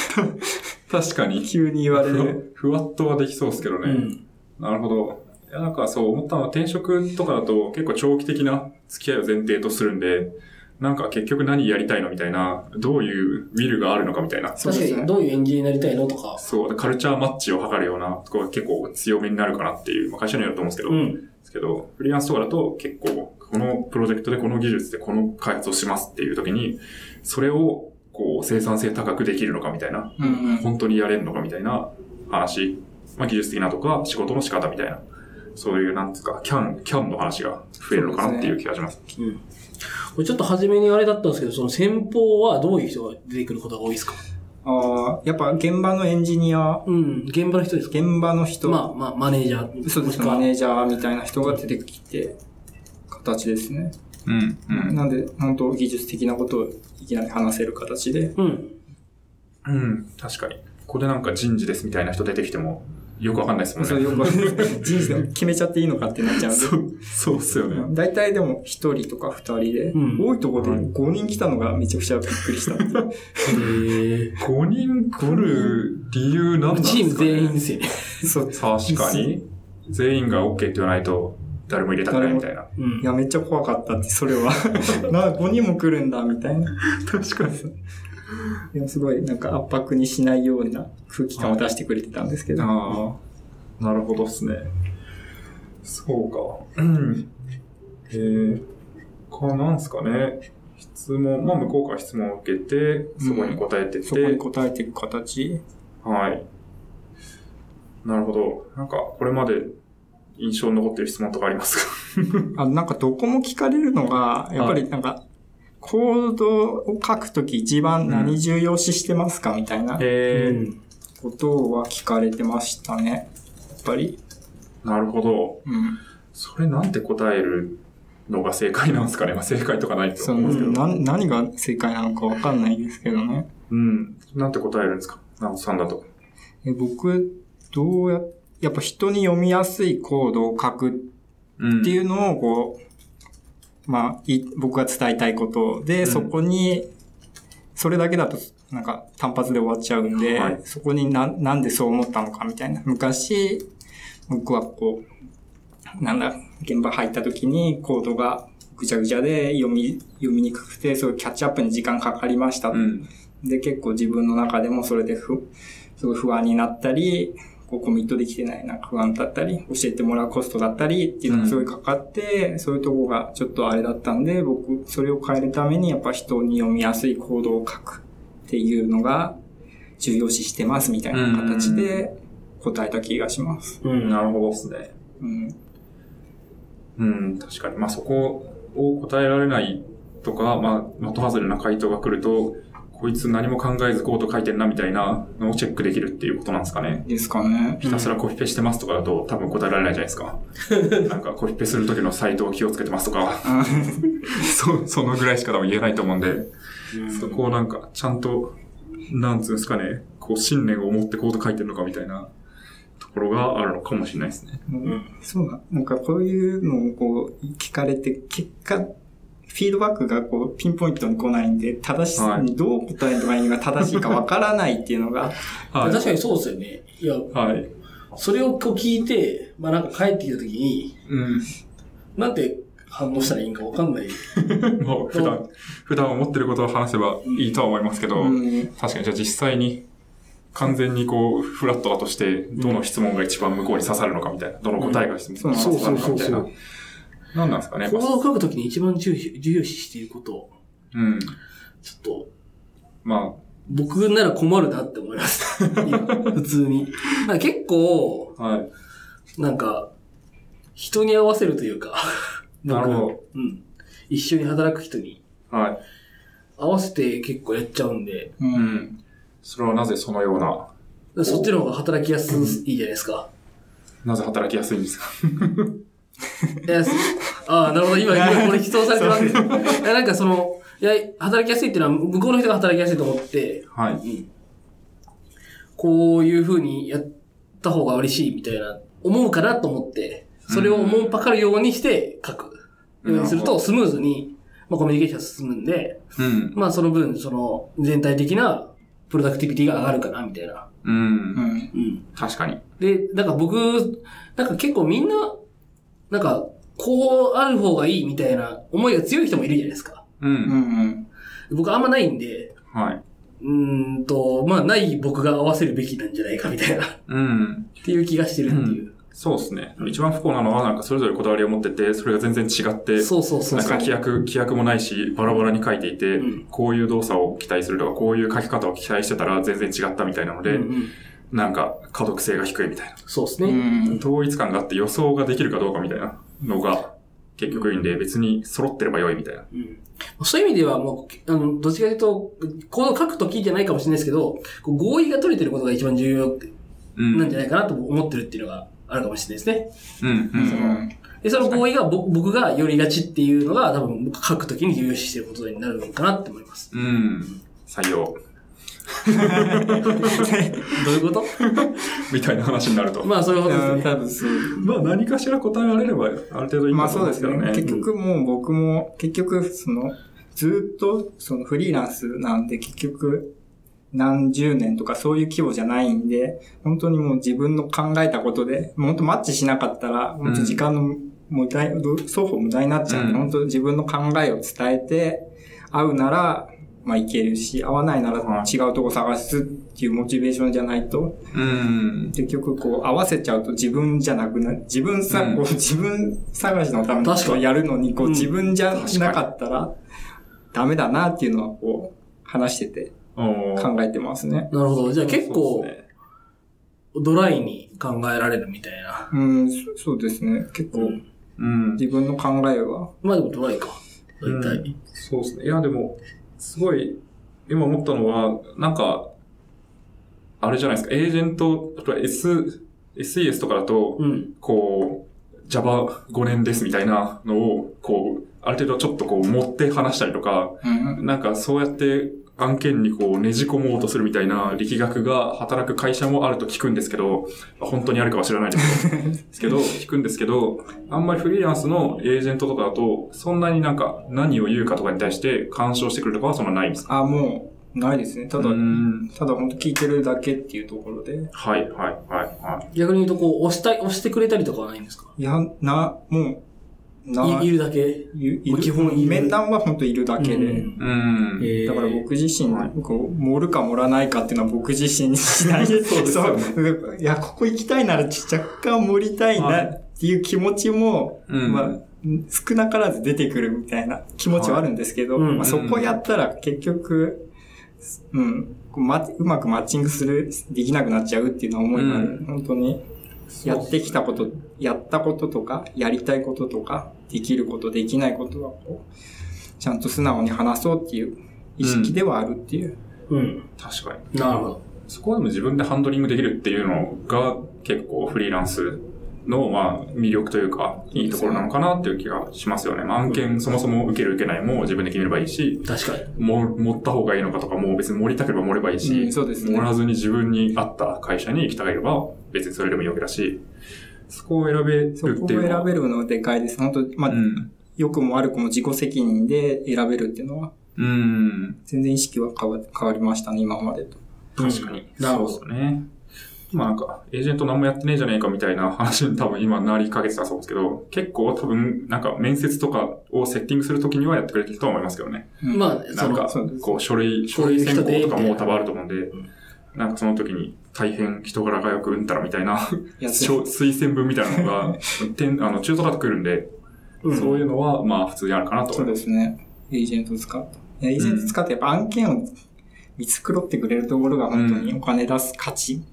確か に。
急に言われる。
ふわっとはできそうですけどね。
うん。
なるほど。いや、なんかそう思ったのは転職とかだと結構長期的な付き合いを前提とするんで、なんか結局何やりたいのみたいな、どういうミルがあるのかみたいな、
そうで
確
す
かに、
ね。
どういう演技になりたいのとか。
そう、カルチャーマッチを図るようなところが結構強めになるかなっていう、まあ、会社によると思うんですけど、
ん。
ですけど、フリーランスとかだと結構、このプロジェクトでこの技術でこの開発をしますっていう時に、それをこう生産性高くできるのかみたいな、
うんうん。
本当にやれるのかみたいな話、まあ、技術的なとか仕事の仕方みたいな、そういうなんつうか、キャン、キャンの話が増えるのかなっていう気がします。
これちょっと初めにあれだったんですけど、その先方はどういう人が出てくることが多いですか
ああ、やっぱ現場のエンジニア、
うん。現場の人ですか
現場の人、
まあまあ、マネージャー。
そうですね、
もしくは
マネージャーみたいな人が出てきて、形ですね。
うん、うん。
なんで、本当技術的なことをいきなり話せる形で、
うん。
うん、確かに。ここでなんか人事ですみたいな人出てきても、よくわかんないですもんね。
そうよ くわかんない人生で決めちゃっていいのかってなっちゃうんで。
そう、そうっすよね。
大体でも1人とか2人で、
うん
多いとこで5人来たのがめちゃくちゃびっくりしたっていう。
へえ。
5人来る理由なんなんですか、
チ
ね、
ーム全員ですよね。
そう。
確かに。全員が OK って言わないと、誰も入れたくないみたいな。
うん
いや、めっちゃ怖かったって、それ は。な、5人も来るんだ、みたいな。
確かに。
いやすごい、なんか圧迫にしないような空気感を出してくれてたんですけど。
ああ、なるほどっすね。そうか。うん。えー、か、なんすかね。質問、まあ、向こうから質問を受けて、そこに答えてって、
そこに答えていく形。
はい。なるほど。なんか、これまで印象に残ってる質問とかありますか
あなんかどこも聞かれるのが、やっぱりなんか、コードを書くとき一番何重要視してますか、みたいな
えー、
ことは聞かれてましたね。やっぱり。
なるほど。
うん。
それなんて答えるのが正解なんですかね。まあ、正解とかないと
そ
思うん
の
ですけど。
な何が正解なのかわかんないですけどね。
うん。なんて答えるんですかなおさんだと。
え僕、どうや、いやっぱ人に読みやすいコードを書く
うん。
っていうのをこう、まあ、い僕が伝えたいことで、
うん
そこに、それだけだと、なんか単発で終わっちゃうんで、
はい
そこにな、なんでそう思ったのかみたいな。昔、僕はこう、なんだ、現場入った時にコードがぐちゃぐちゃで読み、読みにくくて、そういうキャッチアップに時間かかりました。
うん。
で、結構自分の中でもそれでふ、すごい不安になったり、こうコミットできてないなんか不安だったり、教えてもらうコストだったりっていうのがすごいかかって、そういうとこがちょっとあれだったんで、僕、それを変えるためにやっぱ人に読みやすい行動を書くっていうのが重要視してますみたいな形で答えた気がします。
うん。
なるほどですね。
うん。
うん、確かに。まあ、そこを答えられないとか、まあ、的外れな回答が来ると、こいつ何も考えずコード書いてんなみたいなのをチェックできるっていうことなんですかね。
ですか ね。
ひたすらコピペしてますとかだと多分答えられないじゃないですか。なんかコピペするときのサイトを気をつけてますとか、 そ、そのぐらいしか多分言えないと思うんで、そこをなんかちゃんと、なんつうんですかね、こう信念を持ってコード書いてるのかみたいなところがあるのかもしれないですね。
そうだ。なんかこういうのをこう聞かれて、結果、フィードバックがこうピンポイントに来ないんで、正し
はい
にどう答えればいいのが正しいかわからないっていうのが、
はい。
確かにそうですよね。いや、
はい。
それをこう聞いて、まあなんか帰ってきた時に、
うん。
なんて反応したらいいんかわかんない。
まあ、普段、普段思ってることを話せばいいとは思いますけど、
うん
確かにじゃあ実際に、完全にこう、フラットだとして、どの質問が一番向こうに刺さるのかみたいな、どの答えが一番刺さるのかみたいな。何なんですかね、やっ
コ
ぱ
ードを書くときに一番重視重視していることを、
うん。
ちょっと、
ま
僕なら困るなって思います。 今普通に。なんか結構、
あ、はい。
なんか、人に合わせるというか、
なるほ
僕うん。一緒に働く人に
ど。はい。
合わせて結構やっちゃうんで、
うん
うん。それはなぜそのような、
そっちの方が働きやすいじゃないですか。
なぜ働きやすいんですか
いや、そああ、なるほど。今、今これ質問されて ますね。いや、なんかその、いや、働きやすいっていうのは、向こうの人が働きやすいと思って、
はい。
うんこういう風にやった方が嬉しいみたいな、思うかなと思って、それを思うばかるようにして書く。ようにすると、スムーズに、まあ、コミュニケーション進むんで、
うん。
まあ、その分、その、全体的な、プロダクティビティが上がるかな、みたいな。
う。
うんん。
うん。
確かに。
で、なんか僕、なんか結構みんな、なんか、こうある方がいいみたいな思いが強い人もいるじゃないですか。
う
うん
ん。。
僕あんまないんで、
はい。
うーんと、まあない僕が合わせるべきなんじゃないかみたいな、っ
うん。
ていう気がしてるっていう。
そうですね。一番不幸なのは、なんかそれぞれこだわりを持ってて、それが全然違って、
そうそうそう
なん
そ
か
う。
規約、規約もないし、バラバラに書いていて、
うん
こういう動作を期待するとか、こういう書き方を期待してたら全然違ったみたいなので、
うんうん
なんか可読性が低いみたいな。
そうです
う
ね。
ん。
統一感があって予想ができるかどうかみたいなのが結局いいんで、別に揃ってれば良いみたいな。
うんそういう意味ではもう、あの、どっちかというと、この書くときじゃないかもしれないですけど、こう合意が取れてることが一番重要
うん。
なんじゃないかなと思ってるっていうのがあるかもしれないですね。
うん、うん。
で、その合意がぼ僕が寄りがちっていうのが多分僕書くときに重視してることになるのかなって思います。
うん。採用。
どういうこと
みたいな話になると。
まあそういうことですね。
多分そう。
まあ何かしら答えられれば、ある程度いい
ま
か
あ
と
そうで
思うんです
す
けど
ね。
ね。
結局もう僕も、結局その、ずっとそのフリーランスなんで結局何十年とかそういう規模じゃないんで、本当にもう自分の考えたことで、もう本当マッチしなかったら、本当時間の無駄、双方無駄になっちゃうんで、
うん
本当自分の考えを伝えて、合うなら、まあいけるし、合わないなら違うとこ探すっていうモチベーションじゃないと、
うん。
結局こう合わせちゃうと自分じゃなくな自分さ、
うん
こう自分探しのために
確かに
こうやるのにこう
うん
自分じゃなかったらダメだなっていうのはこう話してて
おー
考えてますね。
なるほど。じゃあ結
そう
構
ですね
ドライに考えられるみたいな。
うん、そそうですね。結構
うん。
自分の考えは。
まあでもドライか。大体。
うんそうですね。いや、でも、すごい、今思ったのは、なんか、あれじゃないですか、エージェント、あとは S、SES とかだと、
うん。
こう、Java5 年ですみたいなのを、こう、ある程度ちょっとこう持って話したりとか、
うん。
なんかそうやって案件にこうねじ込もうとするみたいな力学が働く会社もあると聞くんですけど、まあ本当にあるかは知らないですけど、ですけど聞くんですけど、あんまりフリーランスのエージェントとかだと、そんなになんか何を言うかとかに対して干渉してくるとかはそんなないんですか
あ、もう、ないですね。ただ
う、ん
ただ本当聞いてるだけっていうところで。
はいはいはいはい。
逆に言うと、こう、押したい、押してくれたりとかはないんですか
いや、な、もう、な、
いいるだけ。
いい
もう
る
基本いる
面談は本当いるだけで。
うん
うん。
えー
だから僕自身、
はい
こう、盛るか盛らないかっていうのは僕自身にしない。 そう
ですよね
そういや、ここ行きたいならち若干盛りたい
は
ないっていう気持ちも、
うん
まあ、少なからず出てくるみたいな気持ちはあるんですけど、
はいうん
まあ、そこやったら結局、うん、こうま、うまくマッチングする、できなくなっちゃうっていうのは思いがある。
う
本当に、やってきたこと、やったこととか、やりたいこととか、できること、できないことは、こう、ちゃんと素直に話そうっていう意識ではあるっていう。
うん。
確かに。
なるほど。
そこはでも自分でハンドリングできるっていうのが結構フリーランスのまあ魅力というか、いいところなのかなっていう気がしますよね。まあ案件そもそも受ける受けないも自分で決めればいいし、
確かに。
も盛った方がいいのかとかも別に盛りたければ盛ればいいし、
うんそうですね
盛らずに自分に合った会社に行きたければ別にそれでもいいわけだし、そこを選べる
そこ
っ
を
ていう
選
のは。
べるのはでかいです。本当まあ、
うん。
良くも悪くも自己責任で選べるっていうのは、
うん。
全然意識は変わ変わりましたね、今までと。
確かに。
なるほど
そうですね。まあなんか、エージェント何もやってねえじゃねえかみたいな話に多分今なりかけてたそうですけど、結構多分なんか面接とかをセッティングするときにはやってくれてるとは思いますけどね。
うん
まあ、
な
そ
ん
の
か、
そうです
こう書類、書類選考とかも多分あると思うんで
ん、
なんかその時に大変人柄がよくうんたらみたいな、
やつ
小推薦文みたいなのが、てんあの中途だと来るんで、
うん
そういうのはまあ普通にあるかなと
そ
思
うで
います。
すね。エージェント使った。エージェント使ってやっぱ案件を見繕ってくれるところが本当にお金出す価値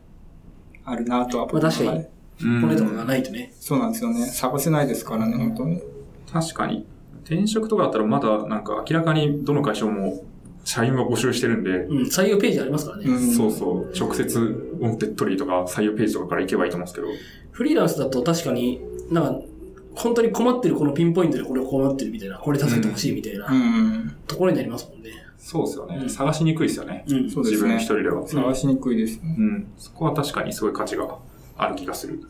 あるなとは、
まあ確かに
はい
うん
これとかがないとね。
そうなんですよね。探せないですからね、本当に。
確かに。転職とかだったらまだなんか明らかにどの会社も社員は募集してるんで、
うん。採用ページありますからね。
うん
そうそう、直接オンテッドリーとか採用ページとかから行けばいいと思うんです
フリーランスだと確かに、なんか、本当に困ってるこのピンポイントでこれ困ってるみたいな、これ助けてほしいみたいな
うん。
ところになりますもんね。
けど。そうですよね。
うん
探しにくいですよね。
うん。
そうで
自
す
分一
ね。
人では。
探しにくいですね。
うん。そこは確かにすごい価値がある気がする。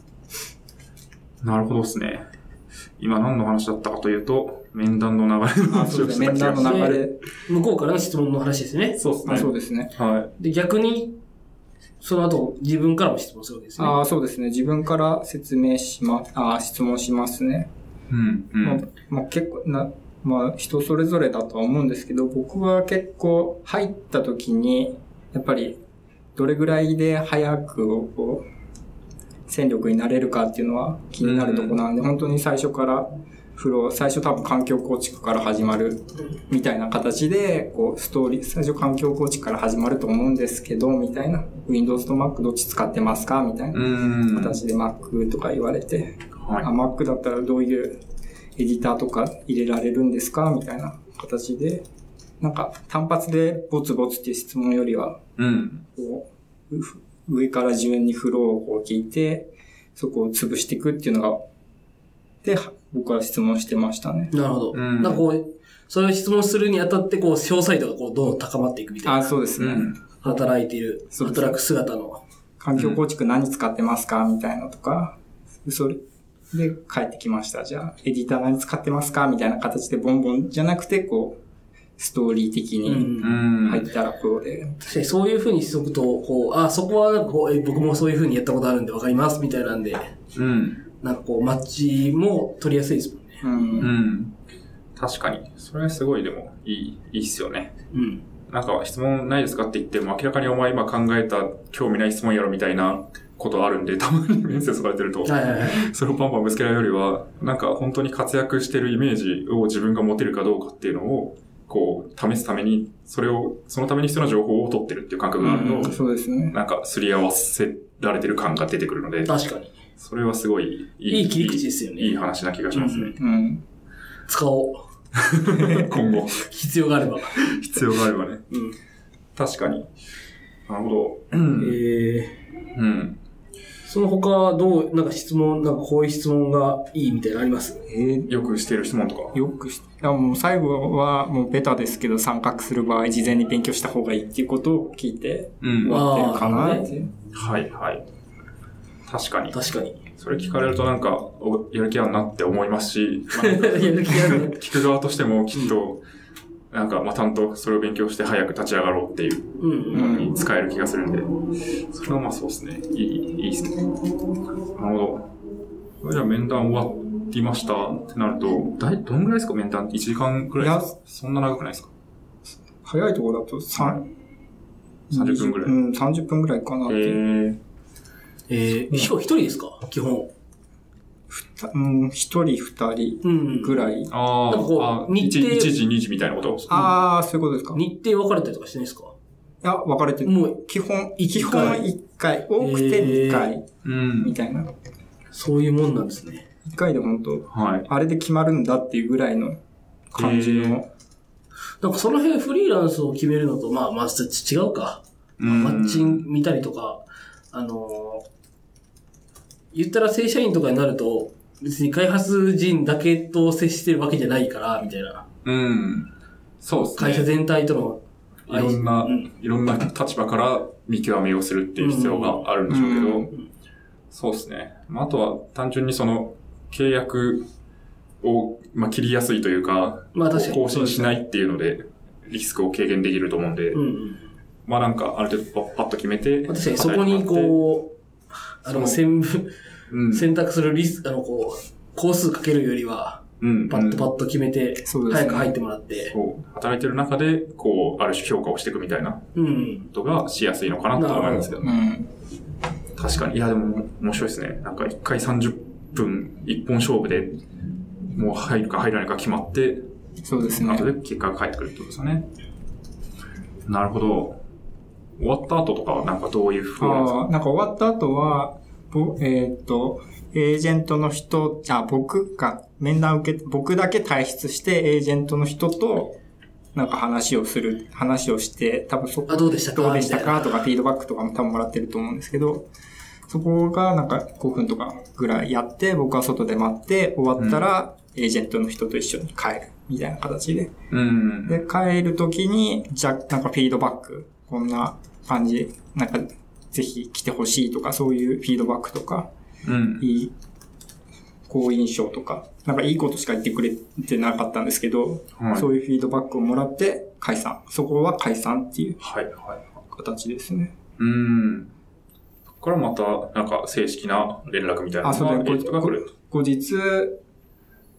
なるほどですね。今何の話だったかというと、面談の流れの
あ、
話
そう
を
で
し
す
て
ね。
た
面
気が
談
します。
の流れ。
向こうからの質問の話ですね。
そう
あ
です
そ
ね
う。ですね。
はい。
で、逆に、その後、自分からも質問するわけですね。
あそうですね。自分から説明しま、あ質問しますね。
うん、う
まあ
ん。
まあ、結構な、まあ、人それぞれだとは思うんですけど、僕は結構入った時に、やっぱり、どれぐらいで早く、こう、戦力になれるかっていうのは気になるとこなんで、本当に最初から、フロー、最初多分環境構築から始まるみたいな形で、こう、ストーリー、最初環境構築から始まると思うんですけど、みたいな。Windows と Mac どっち使ってますかみたいな
うん。
形で Mac とか言われて、
はい
あ、。Mac だったらどういうエディターとか入れられるんですかみたいな形で、なんか単発でボツボツっていう質問よりは、
うん。
こう、う上から順にフローをこう聞いて、そこを潰していくっていうのが、で、は僕は質問してましたね。
なるほど。
うん
なんかこう、それを質問するにあたって、こう、詳細度がこう、どう高まっていくみたいな。
あ、そうです
う
ね。
ん。
働いている、
そうです
働く姿の。
環境構築何使ってますかみたいなとか、それで帰ってきました。じゃあ、エディター何使ってますかみたいな形でボンボンじゃなくて、こう、ストーリー的
うん
に
うん。
入ったらこうで、
確かにそういうふうにしとくと、こう、あ、そこはなんかこう、え僕もそういうふうにやったことあるんでわかります、みたいなんで、
うん。
なんかこう、マッチも取りやすいですもんね。
うん
うん。確かに。それはすごいでも、いい、いいっすよね。
うん。
なんか質問ないですかって言っても、明らかにお前今考えた興味ない質問やろみたいなことあるんで、たまに面接されてると、
はいはいはい。
それをパンパンぶつけられるよりは、なんか本当に活躍してるイメージを自分が持てるかどうかっていうのを、こう、試すために、それを、そのために必要な情報を取ってるっていう感覚があると、
うんそうですね。
なんかすり合わせられてる感が出てくるので、
確かに。
それはすごいい
いい切り口ですよね
いいいい話な気がします ね。
うん。
使おう。
今後、
必要があれば。
必要があればね。
うん。
確かに。なるほど。うん。
えー、
うん
その他、どう、なんか質問、なんかこういう質問がいいみたいなのあります
えー
よくしてる質問とか。
よくし、あもう最後はもうベタですけど、参画する場合、事前に勉強した方がいいっていうことを聞いて
うん
終
は
わってるかなって。
い、はい。確かに。
確かに。
それ聞かれるとなんか、おやる気あるなって思いますし、
やる気あるね。
聞く側としてもきっと、なんか、まあ、担当、それを勉強して早く立ち上がろうっていう
うんうん。
のに使える気がするんで、それはまあそうですね。いい、いいですね。なるほど。じゃあ面談終わりましたってなると、だい、どんぐらいですか面談って1時間くらいですかそんな長くないですか
早いところだと3、
30分ぐらい
うん、30分ぐらいかなっ
え
て
え
いう。
ー、
えー、ひ一人ですか基本。
たうん、一人二人
うんうん。
ぐらい。
あ
なんかこう
ーあ、
日程
1, 時、2時みたいなこと
ああ、そういうことですか。い
日程分かれたりとかしてないですか
や、分かれてる。
もう
基本、
一
基
回
本一回、多くて二回、
うん
み。たいな。
そういうもんなんですね。
一回で本当
はい。
あれで決まるんだっていうぐらいの感じ
へ
の。
なんかその辺フリーランスを決めるのと、まあ、まあ、ち違うか。
うん
マッチング見たりとか、あのー言ったら正社員とかになると、別に開発人だけと接してるわけじゃないから、みたいな。
うん。そうですね。
会社全体との
いろんな、
うん
いろんな立場から見極めをするっていう必要があるんでしょうけど、
うん
そうですね。まあ、あとは単純にその契約を、まあ、切りやすいというか、
まあ確かに
更新しないっていうので、リスクを軽減できると思うんで、
うんうん。
まあなんかある程度パッパッと決めて、
確かにそこにこう、あ
その
の、選ぶ、
う、うん、
選択するリス、あの、こう、工数かけるよりは、
うん、
パッとパッと決めて、
そうです
早
ね
く入ってもらって、
こう働いてる中で、こう、ある種評価をしていくみたいなこ
うんうん。
とがしやすいのかなとは思いますけど
う、ん。
確かに。いや、でも、面白いですね。なんか、一回30分、一本勝負で、もう入るか入らないか決まって、
そうですね
後。で結果が返ってくるってことですよね。なるほど。終わった後とかは、なんかどういう風なんですか
ああ、なんか終わった後は、ぼえーっと、エージェントの人、あ、僕が、面談受け、僕だけ退出して、エージェントの人と、なんか話をする、話をして、多分そこ
あ、どうでしたか
どうでした
みいな
かとか、フィードバックとかも多分もらってると思うんですけど、そこがなんか5分とかぐらいやって、僕は外で待って、終わったら、エージェントの人と一緒に帰る、みたいな形で。
うん。
で、帰るときに、じゃ、なんかフィードバック、こんな感じ、なんか、ぜひ来てほしいとか、そういうフィードバックとか、
うん。
いい、好印象とか、なんかいいことしか言ってくれてなかったんですけど、
はい
そういうフィードバックをもらって、解散。そこは解散っていう
はい、はい。
形ですね。
うん。そこからまた、なんか、正式な連絡みたいな
あ、
の
そう
が、
だ
え
ね。
ーとか来
後
る。
後日、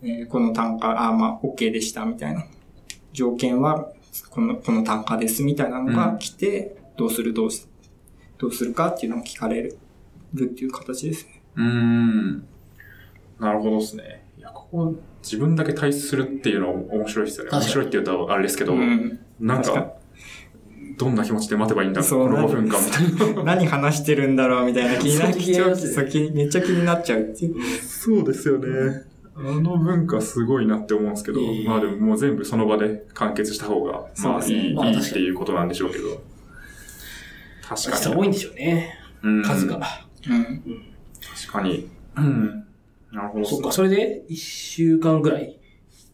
えーこの単価、あ、まあ、OK でした、みたいな。条件は、この、この単価です、みたいなの
うん
が来て、どうする、どうす、どうするかっていうのを聞かれるるっていう形ですね。
うん。なるほどですね。いや、ここ、自分だけ退出するっていうの面白いですよ
確
ね。面
かに
白いって言うとあれですけど、
うん。
なん
確
か、どんな気持ちで待てばいいんだ
そう
この5分間みた いな。
何話してるんだろうみたいな気にな っ
そう
ち
気に
ゃ
な
う。
りますね
そう気めっちゃ気になっちゃうっていう。
そうですよね。あの文化すごいなって思うんですけど、
ええ
まあでももう全部その場で完結した方が、
そう
ま
で
あ
すね
いい、
まあ
いい
確かに
っていうことなんでしょうけど。確
実
か
は多
に。
いんでしょうね。
うん
数が。。
うん。
確かに。うん。なるほど。
そっか、それで、一週間ぐらい、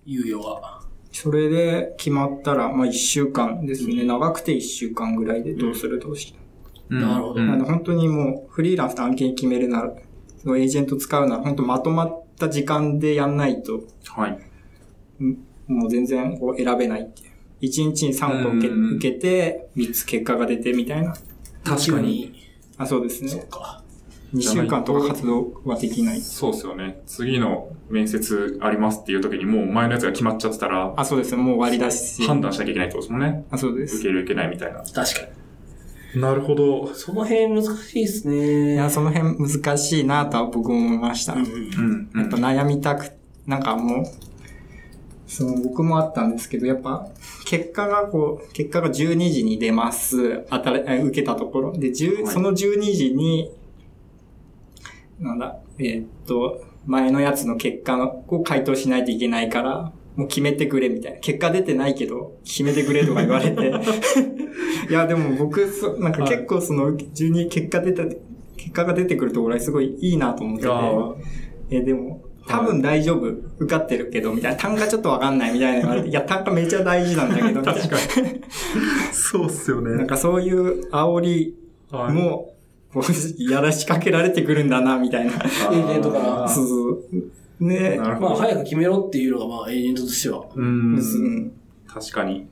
猶予は。
それで決まったら、まあ、一週間ですね。長くて一週間ぐらいでどうする、どうした。
うん
なるほど
うん
あの本当にもうフリーランスと案件決めるなら、そのエージェント使うなら本当まとまった時間でやんないと、
はい。
もう全然こう選べないっていう。1日に3個受け
うん
受けて、3つ結果が出てみたいな。
確かに
一
あ、そうです
応に。そ
ね
っ。か。
2週間とか活動はできない。
そうですよね。次の面接ありますっていう時にもう前のやつが決まっちゃってたら、
あ、そうですね。もう終わりだし。
判断しなきゃいけないってことですもんね。
あ、そうで
受
す。
ける受けないみたいな。
確かに。
なるほど。
その辺難しいです
い
ね。
や、その辺難しいなとは僕も思いました。
うんうん
うん。う
やっぱ
ん
悩みたく、なんかもう、その僕もあったんですけど、やっぱ結果がこう、結果が12時に出ます。当たれ、え受けたところ。で、10
はい
その12時に、なんだ、えーっと、前のやつの結果のを回答しないといけないから、もう決めてくれみたいな。結果出てないけど、決めてくれとか言われて。いや、でも僕、そなんか結構その、12、結果出た、結果が出てくると俺すごいいいなと思って
いやー
て、え、でも、多分大丈夫、受かってるけど、みたいな、単価ちょっとわかんないみたいなのがあって、いや、単価めちゃ大事なんだけど、みたいな
確かそうっすよ
なん。かそういう煽り
はい
も、こう、やらしかけられてくるんだな、みたいな。
あー
エージェントから
そうそう。ね
なるほ
まあ、
ど。
早く決めろっていうのが、まあ、エージェントとしては。
う。
うんん。
確かに。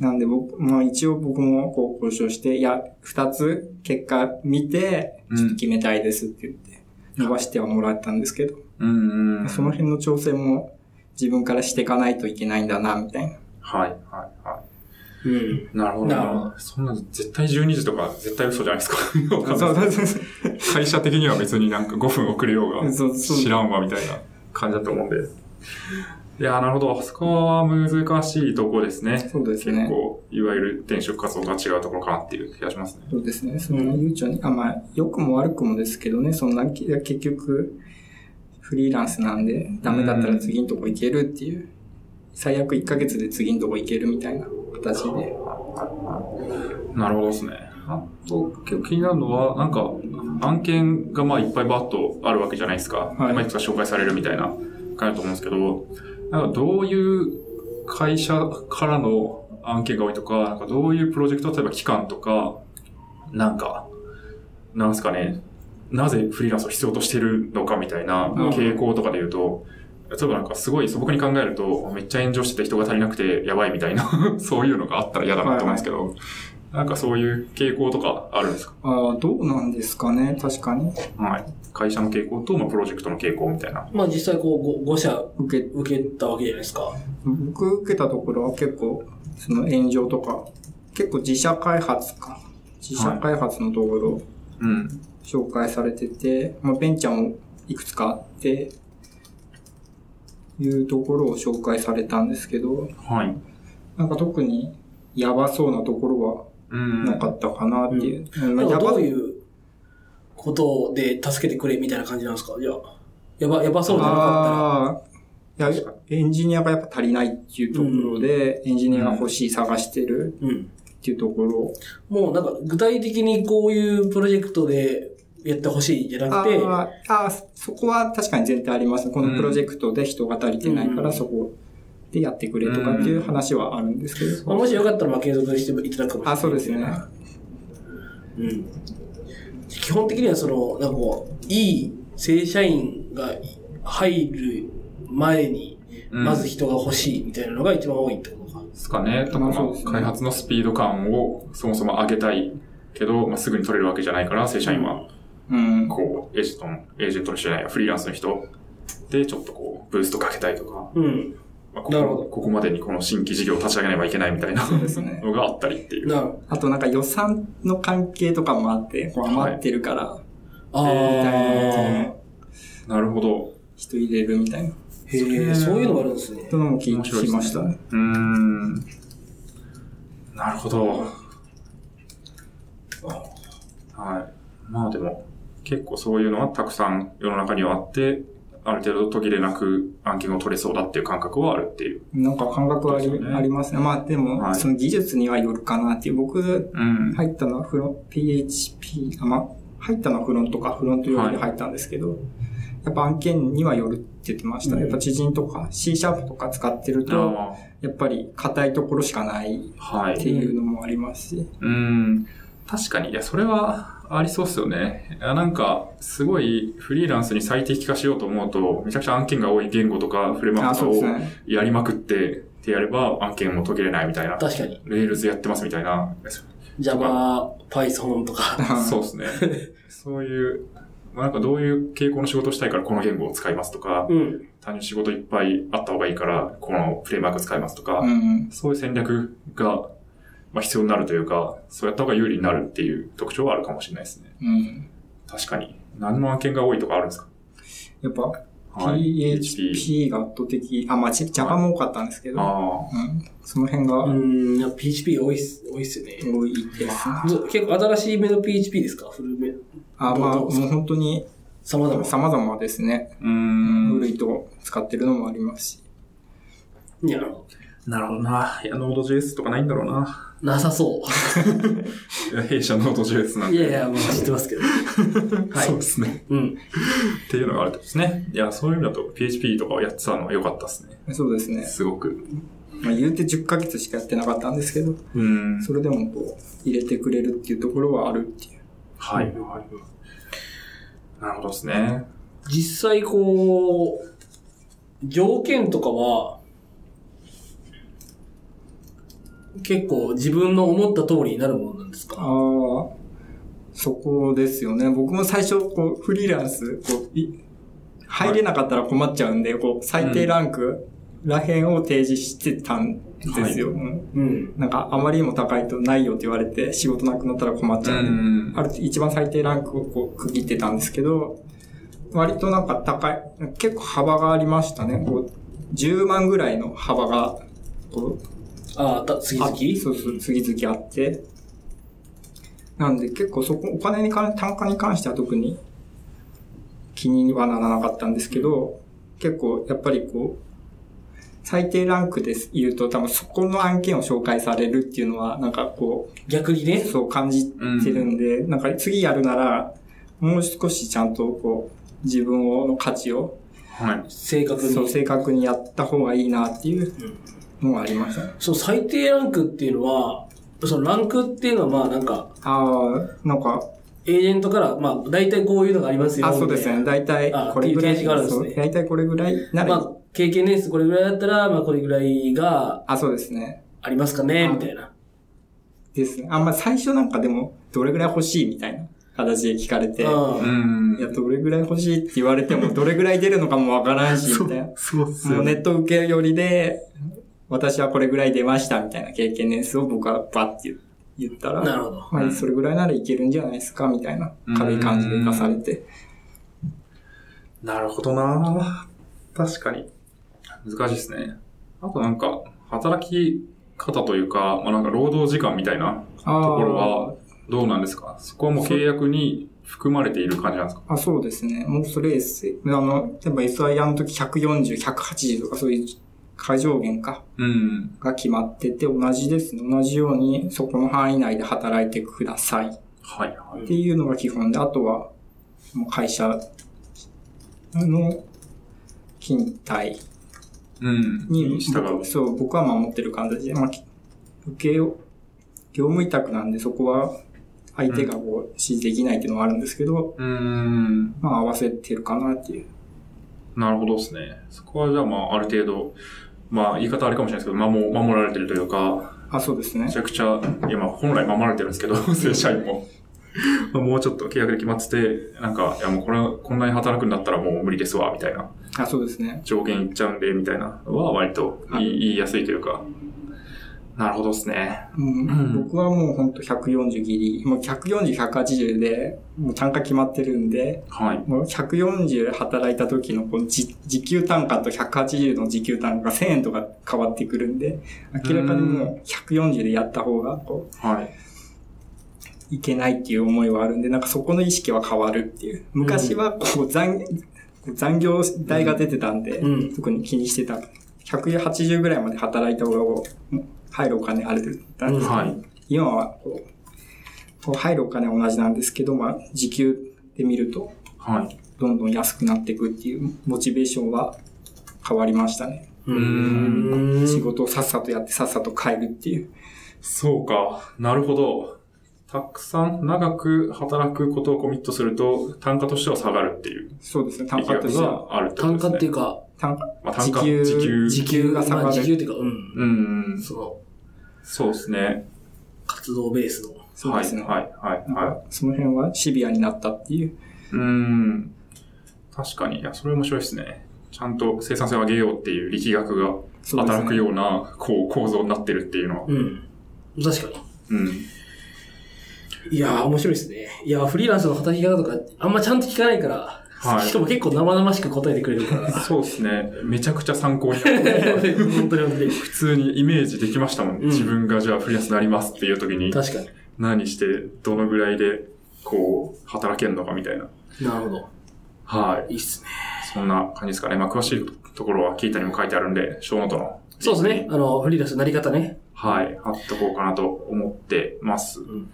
なんで僕、まあ一応僕もこう交渉して、いや、二つ結果見て、
うん
ちょっと決めたいですって言って、伸ばしてはもらったんですけど、
うんうん。
その辺の調整も自分からしていかないといけないんだな、みたいな。
はい、はい、は
うん。
い。なるほど
なるほ
な。そんな、絶対12時とか、絶対嘘じゃない ですか。わかんない
そうそう
です
そうそ
会社的には別になんか5分遅れようが、
う。そうそう
知らんわ、みたいな感じだと思うんで。いやー、なるほど。そこは難しいとこですね。
そうです
結
ね。
構、いわゆる転職活動とは違うところかなっていう気がしますね。
そうですね。その、ゆうちょに、あ、まあ、良くも悪くもですけどね、そんな、き結局、フリーランスなんで、ダメだったら次のとこ行けるっていう、最悪1ヶ月で次のとこ行けるみたいな形で。
なるほどですね。あと、結構気になるのは、なんか、案件がまあいっぱいバーッとあるわけじゃないですか。
はい
まあいくつか紹介されるみたいな感じだと思うんですけど、なんかどういう会社からの案件が多いとか、なんかどういうプロジェクト、例えば期間とか、なんか、なんですかね、なぜフリーランスを必要としてるのかみたいな傾向とかで言うと、例えばなんかすごい素朴に考えると、めっちゃ炎上してて人が足りなくてやばいみたいな、 そういうのがあったら嫌だなと思うんですけど、なんかそういう傾向とかあるんですか
ああ、どうなんですかね、確かに。
はい。会社の傾向と、まあ、プロジェクトの傾向みたいな。
まあ、実際、こう、ご5社
受け、
受けたわけじゃないですか。
僕受けたところは結構、その炎上とか、結構自社開発か。自社開発のところ、
うん。
紹介されてて、まあ、ベンチャーもいくつかあって、いうところを紹介されたんですけど、
はい。
なんか特にやばそうなところ
うん。
はなかったかなっていう。うん
な
まあ
んか
やば
どういうことで助けてくれみたいな感じなんですかいや、やば、やばそうじゃなか
ああいや、エンジニアがやっぱ足りないっていうところで、エンジニアが欲しい探してる
ったら。うん。
っていうところ。
もうなんか具体的にこういうプロジェクトでやってほしいじゃな
あ
くて、
あああ、そこは確かに全体あります。このプロジェクトで人が足りてないか
うん
らそこでやってくれとかっていう話はあるんですけど。
まあ、もしよかったらまあ継続していただくかもしれない。
あ、そうですね。
うん。基本的にはその、なんかこう、いい正社員が入る前に、
うん
まず人が欲しいみたいなのが一番多いってことか。
ですかね。とか、ま
まあそうですね
あ、開発のスピード感をそもそも上げたいけど、まあ、すぐに取れるわけじゃないから、正社員は、
うん。
こう、エージェントの、エージェントの人じゃないや、フリーランスの人で、ちょっとこう、ブーストかけたいとか、
うん。
まあ、ここ
なるほど
ここまでにこの新規事業を立ち上げねばいけないみたいな
そうですね
のがあったりっていう。
なるほど
あとなんか予算の関係とかもあって、こう余ってるから、
あ
みたい
ー
なので
なるほど。
人入れるみたいな。
へえ、そういうのがあるんですね。
そういうのも聞
面白い
き
ですね
ましたね。
うーん。なるほど。はい。まあでも、結構そういうのはたくさん世の中にはあって、ある程度途切れなく案件を取れそうだっていう感覚はあるっていう。
なんか感覚はあり,、
そうですね
ありますね。まあでも、
はい
その技術にはよるかなっていう。僕
うん。
入ったのはフロ PHP、あ、まあ、入ったのはフロントか、フロントよりで入ったんですけど、やっぱ案件にはよるって言ってました。やっぱ知人とか C シャープとか使ってると、
あ
やっぱり硬いところしかないっ
あはい。
ていうのもありますし。
うん。確かに、いや、それはありそうっすよね。いやなんか、すごいフリーランスに最適化しようと思うと、めちゃくちゃ案件が多い言語とかフレームワー
あ、
クと
そ
か
うです
を
ね。
やりまくって、ってやれば案件も途切れないみたいな。
確かに。
レールズやってますみたいな。
Java、Python と か。
そうですね。そういう、まあ、なんかどういう傾向の仕事をしたいからこの言語を使いますとか、
うん。
単純に仕事いっぱいあった方がいいからこのフレームワーク使いますとか、
うん。
そういう戦略が、まあ、必要になるというか、そうやった方が有利になるっていう特徴はあるかもしれないですね。
うん。
確かに。何の案件が多いとかあるんですか
やっぱ、
はい。
PHP が圧倒的、あ、まあ、ジ Java も多かったんですけど、
あ
うん、その辺が
う
多
ん、いや PHP 多いっす、多いっすよね。
いですね。
ず結構新しい目の PHP ですか古め。
あ、まあ、もう本当に
様々。
様々ですね
あ。。うーん。
古いと使ってるのもありますし。
いや、
なるほどな。いや、Node.js とかないんだろうな。
なさそう。
弊社の途中ですなん
い
で。
やいや、もう知ってますけど。はい
そうですね。
うん。
っていうのがあるってことですね。いや、そういう意味だと PHP とかをやってたのは良かったですね。
そうですね。
すごく。
まあ、言うて10ヶ月しかやってなかったんですけど、
うん。
それでもこう、入れてくれるっていうところはあるっていう。
はい。はい。なるほどですね。
実際、こう、条件とかは、結構自分の思った通りになるものなんです
あ
か
あ、そこですよね。僕も最初、こう、フリーランス、こう、い入れなかったら困っちゃうんで、こう、最低ランクらへんを提示してたんですよ。うん
うん。
なんか、あまりにも高いとないよって言われて、仕事なくなったら困っちゃうんで、
ん
ある一番最低ランクをこう区切ってたんですけど、割となんか高い、結構幅がありましたね。こう、10万ぐらいの幅が、こう、
ああ、た、次々
あそうそう、次々あって。なんで結構そこ、お金に関、単価に関しては特に気にはならなかったんですけど、結構やっぱりこう、最低ランクです言うと多分そこの案件を紹介されるっていうのは、なんかこう、
逆にね。
そう感じてるんで、なんか次やるなら、もう少しちゃんとこう、自分をの価値を、
はい。
正確に。
そう、正確にやった方がいいなっていうのがありましたね。
そう、最低ランクっていうのは、そのランクっていうのは、まあなんか、
ああ、なんか、
エージェントから、まあ大体こういうのがありますよ。
あ、そうですね。。大体
あ、
これぐら
っていう提示
い、
があるんです
そ
ね
う大体これぐらいなら、
まあ、経験年数これぐらいだったら、まあこれぐらいが
あ、そうですね。
ありますかね、みたいな。
ですね。あんま最初なんかでも、どれぐらい欲しいみたいな形で聞かれて、
う。
うんん。
いや、どれぐらい欲しいって言われても、どれぐらい出るのかもわからんし、みたいな。
そうっす
も
よ
うネ
ね。
ット受け寄りで、私はこれぐらい出ましたみたいな経験年数を僕はバッて言ったら、
なるほど。
まあ、それぐらいならいけるんじゃないですかみたいな軽い感じで出されて。
なるほどな確かに。難しいですね。あとなんか、働き方というか、まあなんか労働時間みたいな
あ
と
ー
ころは、どうなんですかそこはもう契約に含まれている感じなんですか
あ、そうですね。もうそれ S、あの、例えば SIR の時140、180とかそういう過上限か、
うん。
が決まってて同じですね。同じようにそこの範囲内で働いてくださいっ
はい、はい。
ていうのが基本で、あとは、もう会社の勤怠
うん。
に
従う。
そう、僕は守ってる感じで、まあ、き受けを、業務委託なんでそこは相手がこう指示できないっていうのはあるんですけど、
うん。
まあ合わせてるかなっていう。
なるほどですね。そこはじゃあまあある程度、まあ言い方あれかもしれないですけど、守守られてるというか、
あ、そうです
め
ね
ち。ゃくちゃ、今本来守られてるんですけど、 正社員も。まあもうちょっと契約で決まってて、なんか、いやもうこれ、こんなに働くんだったらもう無理ですわ、みたいな。
あ、そうですね。
上限いっちゃうんで、みたいなのは割と言い言いやすいというか。なるほどですね。
うん
うん
僕はもうほんと140ギリ、もう140、180で、もう単価決まってるんで、
はい。
もう140働いた時のこの時時給単価と180の時給単価が1000円とか変わってくるんで、明らかにもう140でやった方が、こう、
はい。
いけないっていう思いはあるんで、なんかそこの意識は変わるっていう。昔はこう残、残業代が出てたんで、
うん
特に気にしてた。180ぐらいまで働いた方がこう入るお金あれてたんですけど、
はい。
今はこう、こう入るお金は同じなんですけど、まあ時給で見ると、
はい。
どんどん安くなっていくっていうモチベーションは変わりましたね。
う
ー
仕事をさっさとやってさっさと帰るっていう。
そうか。なるほど。たくさん長く働くことをコミットすると、単価としては下がるっていう。
そうですね、単
力
価と
学
しては。
があるってこと
単
ですね。
価っていうか、
単価、
まあ、単価、
時給
時給。
時給が下がる
まあ時給っていうか、うん。
うん。
その、
そうですね。
活動ベースの。
そうですね。
はい、はい、はい。
なん
はい、
かその辺はシビアになったっていう。
うん。確かに。いや、それ面白いですね。ちゃんと生産性を上げようっていう力学が
そうですね
働くような、こう、構造になってるっていうのは。
うん。確かに。
うん。
いやー、面白いですね。いやー、フリーランスの働き方とか、あんまちゃんと聞かないから、
はい
しかも結構生々しく答えてくれる から。
そうですね。めちゃくちゃ参考になる。
本当に本当に。
普通にイメージできましたもんね。
うん
自分がじゃあフリーランスになりますっていう時に、
確かに。
何して、どのぐらいで、こう、働けるのかみたいな。
なるほど。
はい。
いいっすね。
そんな感じですかね。まあ、詳しいところは聞いたにも書いてあるんで、小ノートの。
そうですね。あの、フリーランスのなり方ね。
はい。貼っとこうかなと思ってます。
ん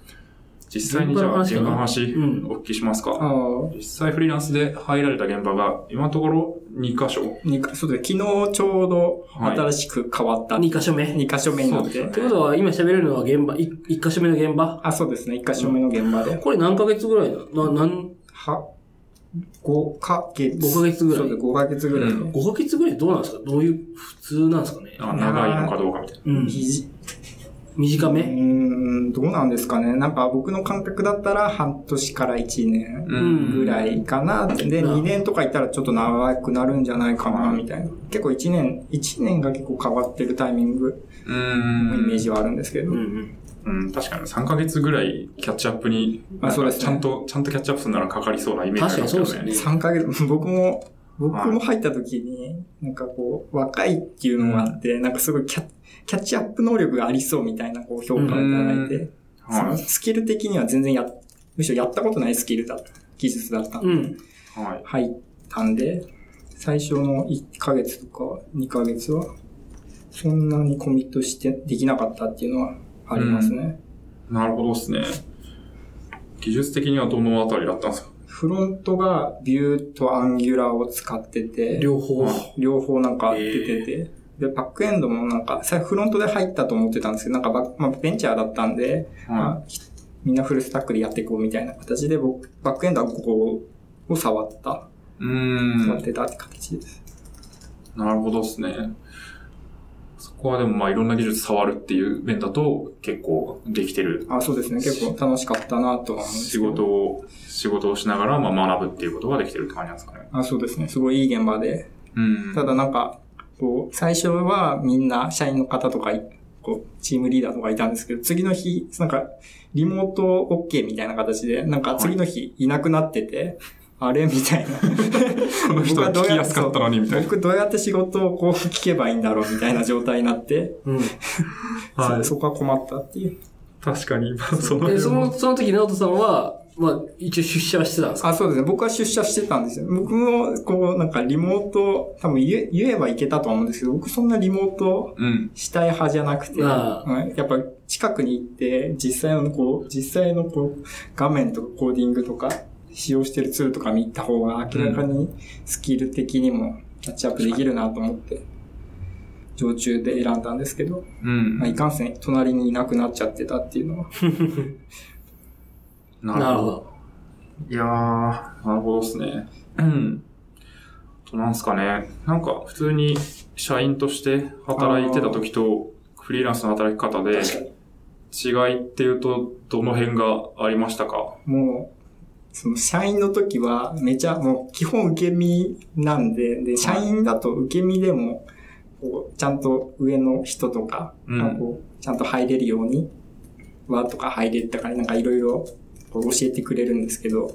実際にじゃあ現
現
場
場
の
の
話
うん
お聞きします
あ
か。
あ、
実際フリーランスで入られた現場が今のところ2箇所。
にかそうですね昨日ちょうど
はい
新しく変わった、
2箇所目。っ
2箇所目になっ
そう
て
で。
てことは、今喋れるのは現場、い一箇所目の現場。
あ、そうですね。1箇所目の現場で。
これ何ヶ月ぐらいだな、なん、
は、5ヶ月。
5ヶ月ぐらい
そうです、5ヶ月ぐらい。
うん
5ヶ月ぐらいどうなんですかどういう、普通なんですかね
あ長いのかどうかみたいな。
うん。
ひ
短
うー
め
ん、どうなんですかね。なんか僕の感覚だったら半年から1年
ん
ぐらいかな。で、
うん
2年とかいったらちょっと長くなるんじゃないかな、みたいな。結構1年、1年が結構変わってるタイミング
う
のイメー
ん。
ジはあるんですけど。
うんうん。
うん、確かに3ヶ月ぐらいキャッチアップに、
まあそうですね
ちゃんと、ちゃんとキャッチアップするならかかりそうなイメージありますよ
確かにそうで
ね。
すね
3ヶ月、 僕も、僕も入った時に、なんかこう、若いっていうのがあって、なんかすごいキャキャッチアップ能力がありそうみたいなこう評価をいただいて、その
は
スキル的には全然や、むしろやったことないスキルだった、技術だったんで、
うん。
い。はい。
入ったんで、最初の1ヶ月とか2ヶ月は、そんなにコミットしてできなかったっていうのはありますね。
なるほどですね。技術的にはどのあたりだったんですか
フロントがビューとアンギュラーを使ってて、
両方。
両方なんか出てて、で、バックエンドもなんか、さフロントで入ったと思ってたんですけど、なんかバック、まあ、ベンチャーだったんで、
は
まあひみんなフルスタックでやっていこうみたいな形で、僕、バックエンドはここを触った、
い。うーん
触っ。てたって形です。
なるほどですね。そこはでもまあいろんな技術触るっていう面だと結構できてる。
あ、そうですね。結構楽しかったなとは思うんです
仕
けど。
事を、仕事をしながらまあ学ぶっていうことができてるって感じなんですかね。
あ、そうですね。すごいいい現場で。
うん。
ただなんか、こう、最初はみんな社員の方とかい、こう、チームリーダーとかいたんですけど、次の日、なんか、リモート OK みたいな形で、なんか次の日いなくなってて、あれみたいな。
この人は聞きやすかったのにみたいな。
僕どうやって仕事をこう聞けばいいんだろうみたいな状態になって、
うん。
はい
そそこは困ったっていう。
確かに、まあその
で、
辺
その、
も。
その時、直人さんは、まあ、一応出社はしてたんですか
あ、そうですね。僕は出社してたんですよ。僕も、こう、なんかリモート、多分言え言えばいけたとは思うんですけど、僕そんなリモート
うん。
したい派じゃなくて、
あ
うんやっぱ近くに行って、実際のこう、実際のこう、画面とかコーディングとか、使用してるツールとか見た方が明らかにスキル的にもキャッチアップできるなと思って、常駐で選んだんですけど、
うん
まあ、。いかんせん隣にいなくなっちゃってたっていうのは。
なるほ。ど。
いやー、なるほどですね。うん。と、なんすかね。なんか、普通に社員として働いてた時と、フリーランスの働き方で、違いっていうと、どの辺がありましたか
もう、その社員の時はめちゃもう基本受け身なんで、で、社員だと受け身でも、こう、ちゃんと上の人とか、
うん
なんかこうちゃんと入れるように、わとか入れたからなんかいろいろこう教えてくれるんですけど、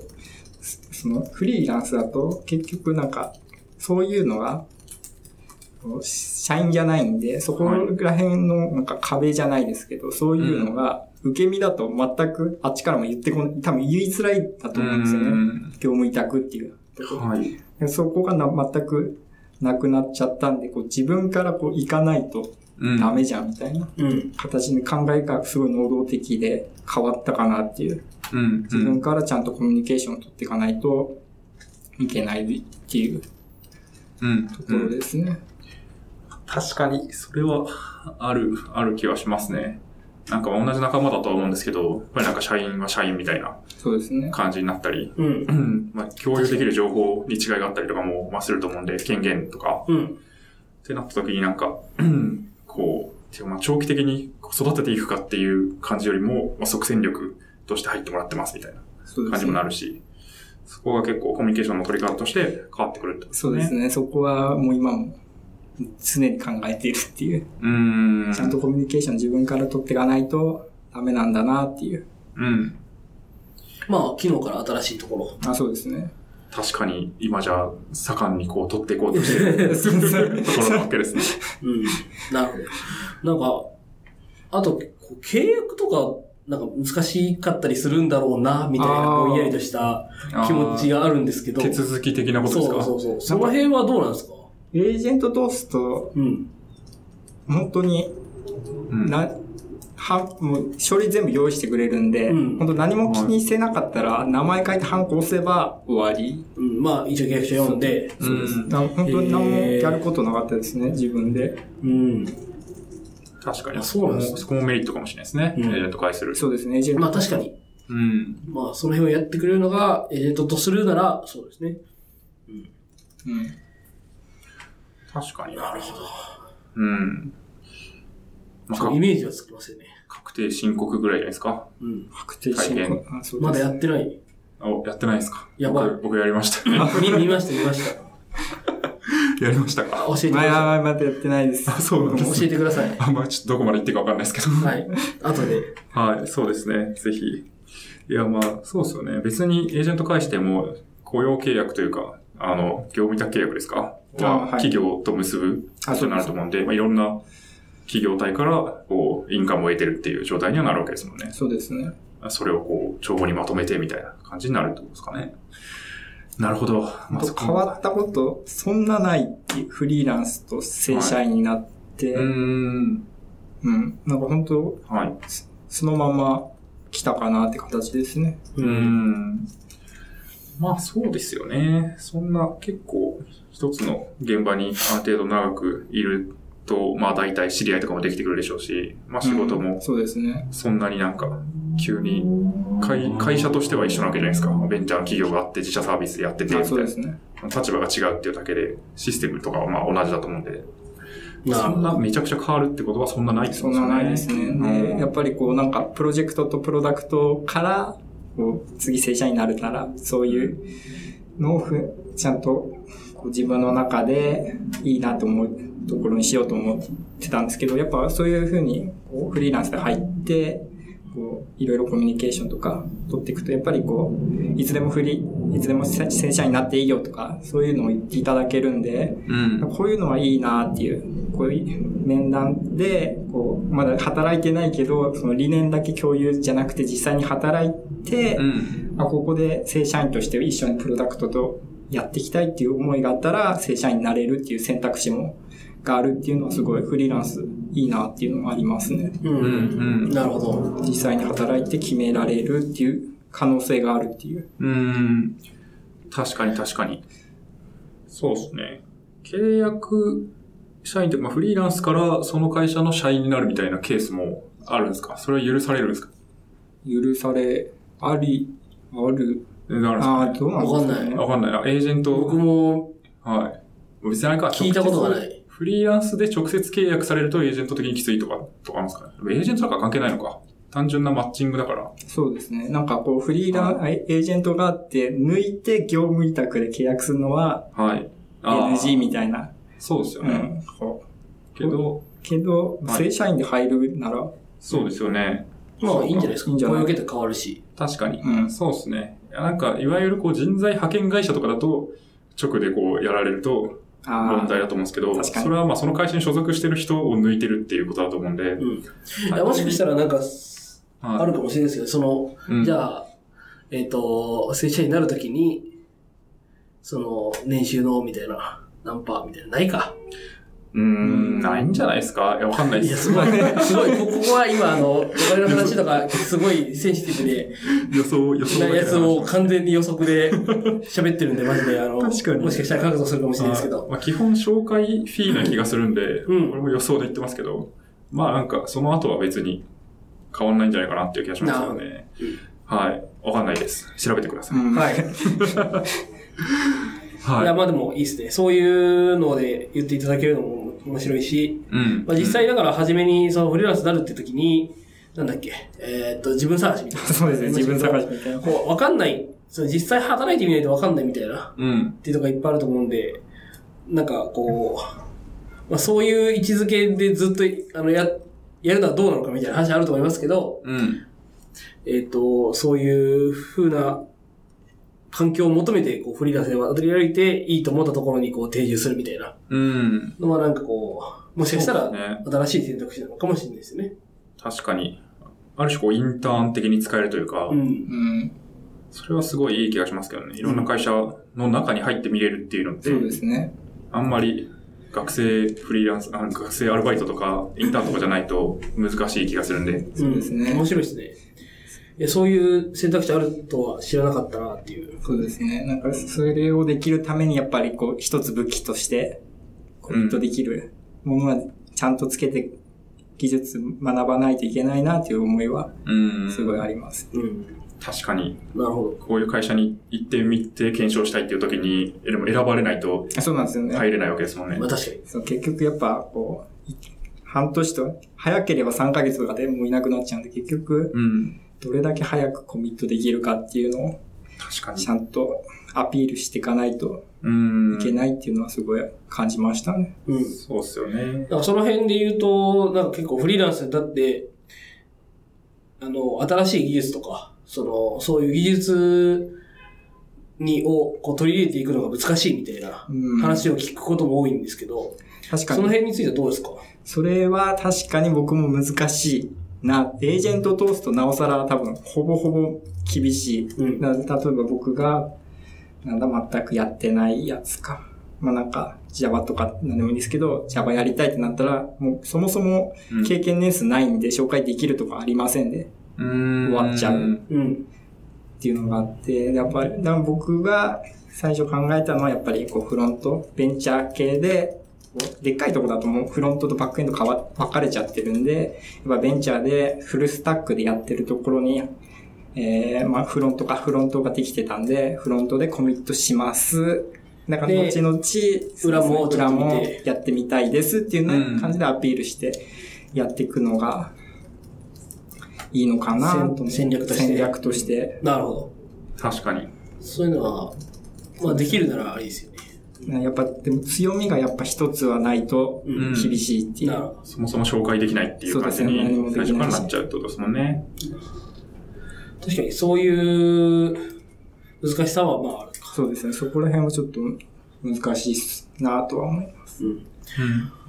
そそのフリーランスだと結局なんか、そういうのが、こう社員じゃないんで、そこら辺のなんか壁じゃないですけど、そういうのが、受け身だと全くあっちからも言ってこない、多分言いづらいだと思うんですよね。業務委託っていう。
はい。
でそこがな全くなくなっちゃったんで、こう自分からこう行かないと
うん
ダメじゃんみたいな
うん。
形で考えがすごい能動的で変わったかなっていう。
うん。う
自分
ん。
からちゃんとコミュニケーションを取っていかないといけないっていうと
うん。
ころですね。
確かに、それは、ある、ある気はしますね。なんか同じ仲間だとは思うんですけど、やっぱりなんか社員は社員みたいな
そうですね。
感じになったり、
うん。
うんまあ、共有できる情報に違いがあったりとかも、まあ、すると思うんで、権限とか、
うん。
ってなった時になんか、うんこう、てかまあ長期的に育てていくかっていう感じよりも、まあ、即戦力として入ってもらってますみたいな
そうで
感
す
じも
ね
な。るし、そこが結構コミュニケーションの取り方として変わってくるってこと
そうですね。そこはもう今も常に考えているっていう。
うーん。
ちゃんとコミュニケーション自分から取っていかないとダメなんだなっていう。
うん。
まあ、昨日から新しいところ。
あ、そうですね。
確かに、今じゃ、盛んにこう、取っていこうとしてる
そうですね
ところなわけですね。
うん。なるほど。なんか、あと、こう契約とか、なんか難しかったりするんだろうな、みたいな、
あー
ぼんやりとした 気持ち
が。
があるんですけど。
手続き的なことです
そ
か
うそうそう。その辺はどうなんですか
エージェント通すと
うん。
本当に
うん
な、は、もう、書類全部用意してくれるんで、
うん
本当何も気にしてなかったら、名前書いてハンコ押せば終わり。
うん、まあ、一応契約書読んで、
そうです
な本当に何もやることなかったですね、自分で。
うん。
確か
あ
に。
そうなんですね
そこもメリットかもしれないですね。
うん
エージェント介する。
そうですね、自分
まあ、確かに、
うん。
まあ、その辺をやってくれるのが、エージェントとするなら、そうですね。
うん
確かに。
なるほど。
うん。まあ、
そ
か
うイメージはつきますよね。
確定申告ぐらいじゃないですか。
うん。
確定申告。あそうで
ま
す
だやってない。
あおやってないですか。
やばい
僕僕やり ました。
見見ました、見ました。
やりましたか。
教えてくだ
前
さ
はまだやってないです。
あ、そうなん
い。
で
教
す。
えてください。
あんまあちょっとどこまで行っていいかわかんないですけど。
はい。後で。
はい、そうですね。ぜひ。いや、まあ、そうですよね。別にエージェント返しても、雇用契約というか、あの、業務委託契約ですか
あ
は
はい、
企業と結ぶ
あ
ことになると思うんで、まあ、いろんな企業体から、こう、インカムを得てるっていう状態にはなるわけですもんね。
そうですね。
それをこう、帳簿にまとめてみたいな感じになるってことですかね。なるほど。まあ、
と
そこ
変わったこと、そんなないっていうフリーランスと正社員になって、
うーん。
うん。なんか本当、
はい。
そのまま来たかなって形ですね。
うーん。まあそうですよね。そんな結構一つの現場にある程度長くいると、まあ大体知り合いとかもできてくるでしょうし、まあ仕事
うん
も
そうですね。
そんなになんか急に会会社としては一緒なわけじゃないですか。ベンチャー企業があって自社サービスやっててみ
あ
たい
そう
な
で。すね。
立場が違うっていうだけでシステムとかはまあ同じだと思うんで、
な
そ
る
ん
ほ
な
ど。
めちゃくちゃ変わるってことはそんなないって
そ
こ
ん
と
なないですね。
う
で
ん
やっぱりこうなんかプロジェクトとプロダクトから、こう次正社員になるなら、そういうのをふちゃんとこう自分の中でいいなと思うところにしようと思ってたんですけど、やっぱそういうふうにこうフリーランスで入って、こういろいろコミュニケーションとか取っていくと、やっぱりこう、いつでもフリー、いつでも正正社員になっていいよとか、そういうのを言っていただけるんで、
うん。
こういうのはいいなっていう、こういう面談で、こう、まだ働いてないけど、その理念だけ共有じゃなくて実際に働いて、
うん。
あここで正社員として一緒にプロダクトとやっていきたいっていう思いがあったら、正社員になれるっていう選択肢も、があるっていうのはすごいフリーランスいいなっていうのがありますね。
うん
うん。うん。
なるほど。
実際に働いて決められるっていう可能性があるっていう。
うーん。確かに確かに。そうですね。契約社員というか、まあ、フリーランスからその会社の社員になるみたいなケースもあるんですかそれは許されるんですか
許され、あり、ある。
全然あるんですか
ああ、どうなんですかね。
わかんないな。エージェン
僕
ト、
も
はい。別にあれか。
聞いたことがな
直接。
い。
フリーランスで直接契約されるとエージェント的にきついとか、とかあるんですかね。でもエージェントだから関係ないのか。単純なマッチングだから。
そうですね。なんかこう、フリーラン、エージェントがあって、抜いて業務委託で契約するのは
はい。あー
NG みたいな。
そうですよ
う
ね。
ん。こ
けど、
うけど、
はい
正社員で入るなら、
そうですよね。
まあ、いいんじゃないですか。
いいんじゃない
声を受けて変わるし。
確かに。
うん
そうですね。いやなんか、いわゆるこう人材派遣会社とかだと、直でこうやられると問
あ
題だと思うんですけど、
確かに
それはまあその会社に所属してる人を抜いてるっていうことだと思うんで
う、ん。いやもしかしたらなんか、あ
あ
るかもしれないですけど、その、じ
あ、
ゃあ、えっ、と、正社員になるときに、その、年収の、みたいな、何パーみたいな、ないか。
うーん、ないんじゃないですかいや、わかんない
い
で
や、
す。
すごい、すごい、こここは今、あの、お金の話とか、すごいセンシティブで、
予想、予想だ
な
けだ
やつを完全に予測で喋ってるんで、マジで、あの、
確かに
もしかしたら覚悟するかもしれないですけ
あ
ど。
まあ、基本紹介フィーな気がするんで、
うん
これも予想で言ってますけど、まあなんかその後は別に変わんないんじゃないかなっていう気がしますよね。はい。わかんないです。調べてくだ
あ。
さい。
うん
はい。い、
はい。
や、まあでもいいですね。そういうので言っていただけるのも面白いし、
うん。
まあ実際だから初めにそのフリーランスになるって時に、なんだっけ、えーっと、自分探しみたいな。
そうですね。 自分探しみたいな。
こう、わかんない。その実際働いてみないとわかんないみたいな、
うん。
っていうのがいっぱいあると思うんで、なんかこう、まあそういう位置づけでずっと、あの、や、やるのはどうなのかみたいな話あると思いますけど、
うん。
えっ、と、そういう風な環境を求めて、こう、フリーランスで渡り歩いて、いいと思ったところに、こう、定住するみたいな
うん。
のは、なんかこう、もしかした
そ
ら
うですね、
新しい選択肢なのかもしれないですね。
確かに。ある種こう、インターン的に使えるというか、
うん。
うん。
それはすごいいい気がしますけどね。いろんな会社の中に入ってみれるっていうのって
そう、ですね。
あんまり学生フリーランス、あ学生アルバイトとか、インターンとかじゃないと難しい気がするんで、
そうですね
ん面白いですね。いや、そういう選択肢あるとは知らなかったなっていう。
そうですね。なんか、それをできるために、やっぱりこう、一つ武器として、コミットできるものは、ちゃんとつけて、技術学ばないといけないなという思いは、
うん
すごいあります。
うん。
確かに、
なるほ
こういう会社に行ってみて検証したいっていう時に、でも選ばれないと
そうなんですよね。
入れないわけですもんね
ど。ま。あ確かに。
そう結局やっぱ、こう、い半年と、早ければ3ヶ月とかでもういなくなっちゃうんで、結局、
うん。
どれだけ早くコミットできるかっていうのを、
確かに
ち。ゃんとアピールしていかないと
うん。
いけないっていうのはすごい感じましたね。
うん。
そうっすよね。
なんかその辺で言うと、なんか結構フリーランスだって、あの、新しい技術とか、その、そういう技術に、をこう取り入れていくのが難しいみたいな
うん
話を聞くことも多いんですけど、
確か
その
に。
辺についてはどうですか
それは確かに僕も難しいな。エージェント通すとなおさら多分、ほぼほぼ厳しい。
うん。
な例えば僕が、なんだ、全くやってないやつか。まあなんか、Java とか何でもいいんですけど、Java やりたいってなったら、もうそもそも
うん
経験年数ないんで紹介できるとかありませんで、
うん
終わっちゃう。
うん。
っていうのがあって、でやっぱり、だから僕が最初考えたのはやっぱりこうフロント、ベンチャー系で、こうでっかいとこだともうフロントとバックエンド変わ分かれちゃってるんで、やっぱベンチャーでフルスタックでやってるところに、えー、まあフロントかフロントができてたんで、フロントでコミットします。だから
で
後々、
裏もちょ
裏
っと見て
もやってみたいですっていう
うん
ね感じでアピールしてやっていくのがいいのかなと思う
戦戦略として
戦略として。
なるほど。
確かに。
そういうのは、まあできるならいいですよね。
やっぱ、でも強みがやっぱ一つはないと
うん
厳しいっていう。
なるほど。
そもそも紹介できないっていう感じ
そうですね何
に
もでき
最
ないし
初からなっちゃうってことですもんね。
確かにそういう難しさはまああるか。
そうですね。そこら辺はちょっと難しいっすなとは思います。
うん。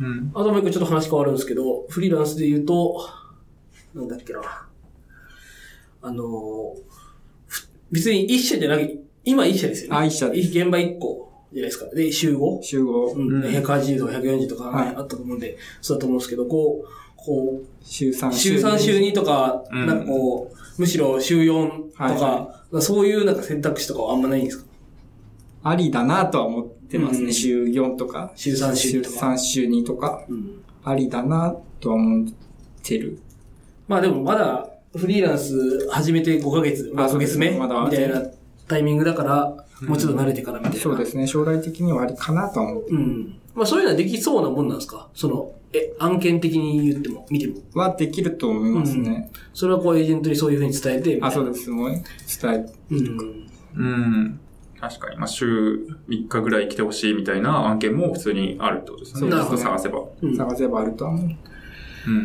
うん。
あともう一個ちょっと話変わるんですけど、フリーランスで言うと、なんだっけな。あの、ふ別に一社じゃなく、今一社ですよね。
あ一社で
現場一個じゃないですか。で、週5。
集合
う、ん。180とか140とか、
はい
あったと思うんで、そうだと思うんですけど、こう、こう、
週3、
週3、週2とか、
うん
なんかこう、むしろ週4とか、
はい
そういうなんか選択肢とかはあんまないんですか
ありだなとは思ってますね。
うん
週4とか。
週3週2とか
週3、週2とか。
うん。
ありだなとは思ってる。
まあでもまだフリーランス始めて5ヶ月、
あ
5ヶ月目
そうですねまだ
みたいなタイミングだから、もうちょっと慣れてからみたいな。。
そうですすね。将来的にはありかなとは思って。
うん。まあそういうのはできそうなもんなんですかその、え、案件的に言っても、見ても。
はできると思いますね。
それはこうエージェントにそういうふうに伝えてみたいな、
あ、そうです。もう伝え
うん。
うん。確かに。まあ、週3日ぐらい来てほしいみたいな案件も普通にあるってことですね。
そうですね
ちょっと探せば。
うん。
探せばあるとは思う。
うん。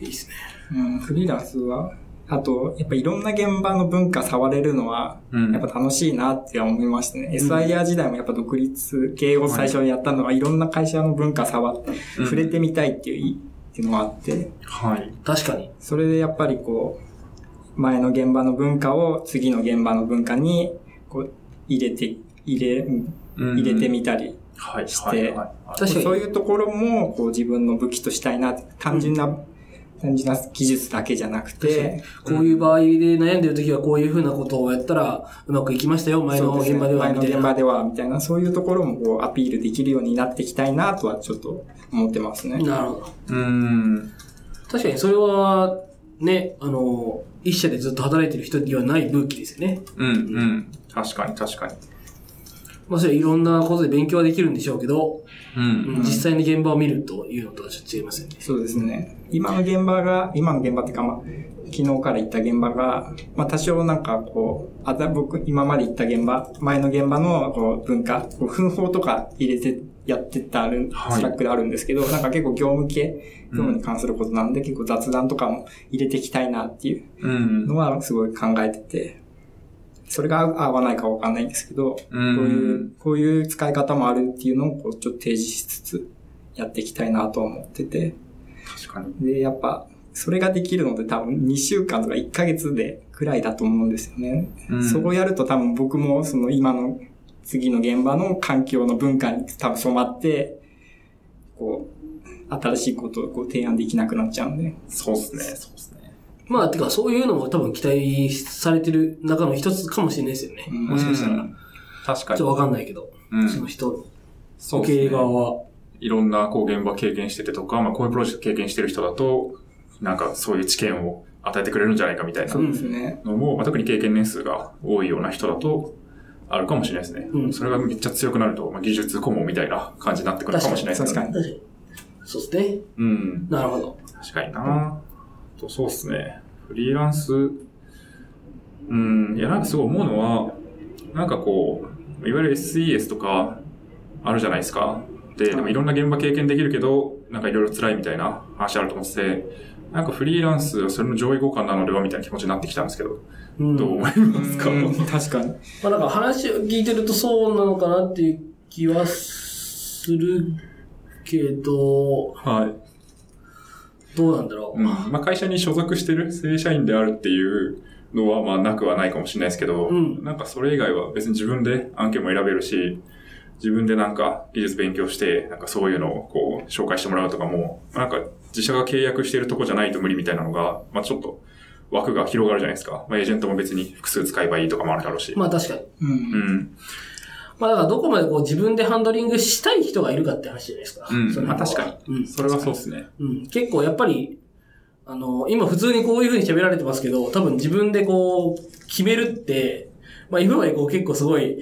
いいですね。
うん、フリーランスは、あと、やっぱいろんな現場の文化触れるのは、
うん
やっぱ楽しいなって思いましたね。SIR 時代もやっぱ独立系を最初にやったのは、いろんな会社の文化触って、
うん
触れてみたいっていうい、っていうのがあって、
はい。
確かに。
それでやっぱりこう、前の現場の文化を次の現場の文化に、こう、入れて、入れ、
うん
入れてみたり、
はい。
して
はい。はいはい
確かに。
そういうところも、こう自分の武器としたいなって、単純な、単純な技術だけじゃなくて、
こういう場合で悩んでるときはこういうふうなことをやったらうまくいきましたよ、前の現場では、
前
み
の
たい
現場
な。
では、みたいな、そういうところもこうアピールできるようになっていきたいなとはちょっと思ってますね。
なるほど。
うん。
確かにそれは、ね、あの、一社でずっと働いてる人にはない武器ですよね。
うん。うん。確かに、確かに。
まあそれはいろんなことで勉強はできるんでしょうけど、
うん。
実際の現場を見るというのとはちょっと違いますよね。
そうですね。今の現場が、今の現場っていうか、まあ、昨日から行った現場が、まあ、多少なんかこう、あた、僕、今まで行った現場、前の現場のこう文化、こう奮法とか入れて、やってたある、
はい
スラックであるんですけど、なんか結構業務系、業務に関することなんで、結構雑談とかも入れていきたいなっていう
うん
の。はすごい考えてて、それが合う合わないかわかんないんですけど、こう
うん
いう、こういう使い方もあるっていうのをこうちょっと提示しつつやっていきたいなとは思ってて、
確かに。
で、やっぱ、それができるので多分2週間とか1ヶ月でくらいだと思うんですよね。
うん
そこをやると多分僕もその今の次の現場の環境の文化に多分染まって、こう、新しいことをこう提案できなくなっちゃうんで。
そうっすね、そうっすね。
まあ、てか、そういうのも多分期待されてる中の一つかもしれないですよね。
うん
もしかしたら。
う
ち
ん確
ょ
か
っ
に。
とわかんないけど、
うん
その人、
そう
受
っ
け
す
入れ
ね。
側は。
いろんなこう現場経験しててとか、まあこういうプロジェクト経験してる人だと、なんかそういう知見を与えてくれるんじゃないかみたいな
そうですね。
のも、まあ、特に経験年数が多いような人だと、あるかもしれないですね。
うん
それがめっちゃ強くなると、まあ、技術顧問みたいな感じになってくるかもしれないです
確か
ね。
に。
確かに。そうですね。
うん。
なるほど。
確かになとそうっすね。フリーランス、うん、いや、なんかすごい思うのは、なんかこう、いわゆる SES とかあるじゃないですか。で、でもいろんな現場経験できるけど、なんかいろいろ辛いみたいな話あると思ってて、なんかフリーランスはそれの上位互換なのではみたいな気持ちになってきたんですけど、
うん。
どう
ま
思います か
うん確かに。
あ、なんか話を聞いてるとそうなのかなっていう気はするけど、
はい。
どうなんだろ
うんまあ、会社に所属してる正社員であるっていうのは、まあ、なくはないかもしれないですけど、
うん
なんかそれ以外は別に自分で案件も選べるし、自分でなんか技術勉強して、なんかそういうのをこう紹介してもらうとかも、なんか自社が契約してるとこじゃないと無理みたいなのが、まあちょっと枠が広がるじゃないですか。まあエージェントも別に複数使えばいいとかもあるだろうし。
う。まあ確かに。
う。
うんん。
まあだからどこまでこう自分でハンドリングしたい人がいるかって話じゃないですか。
うん
その
まあ
辺は
確か
うん。
それはそうですね。
うん、結構やっぱり、あの、今普通にこういう風に喋られてますけど、多分自分でこう、決めるって、まあ今までこう結構すごい、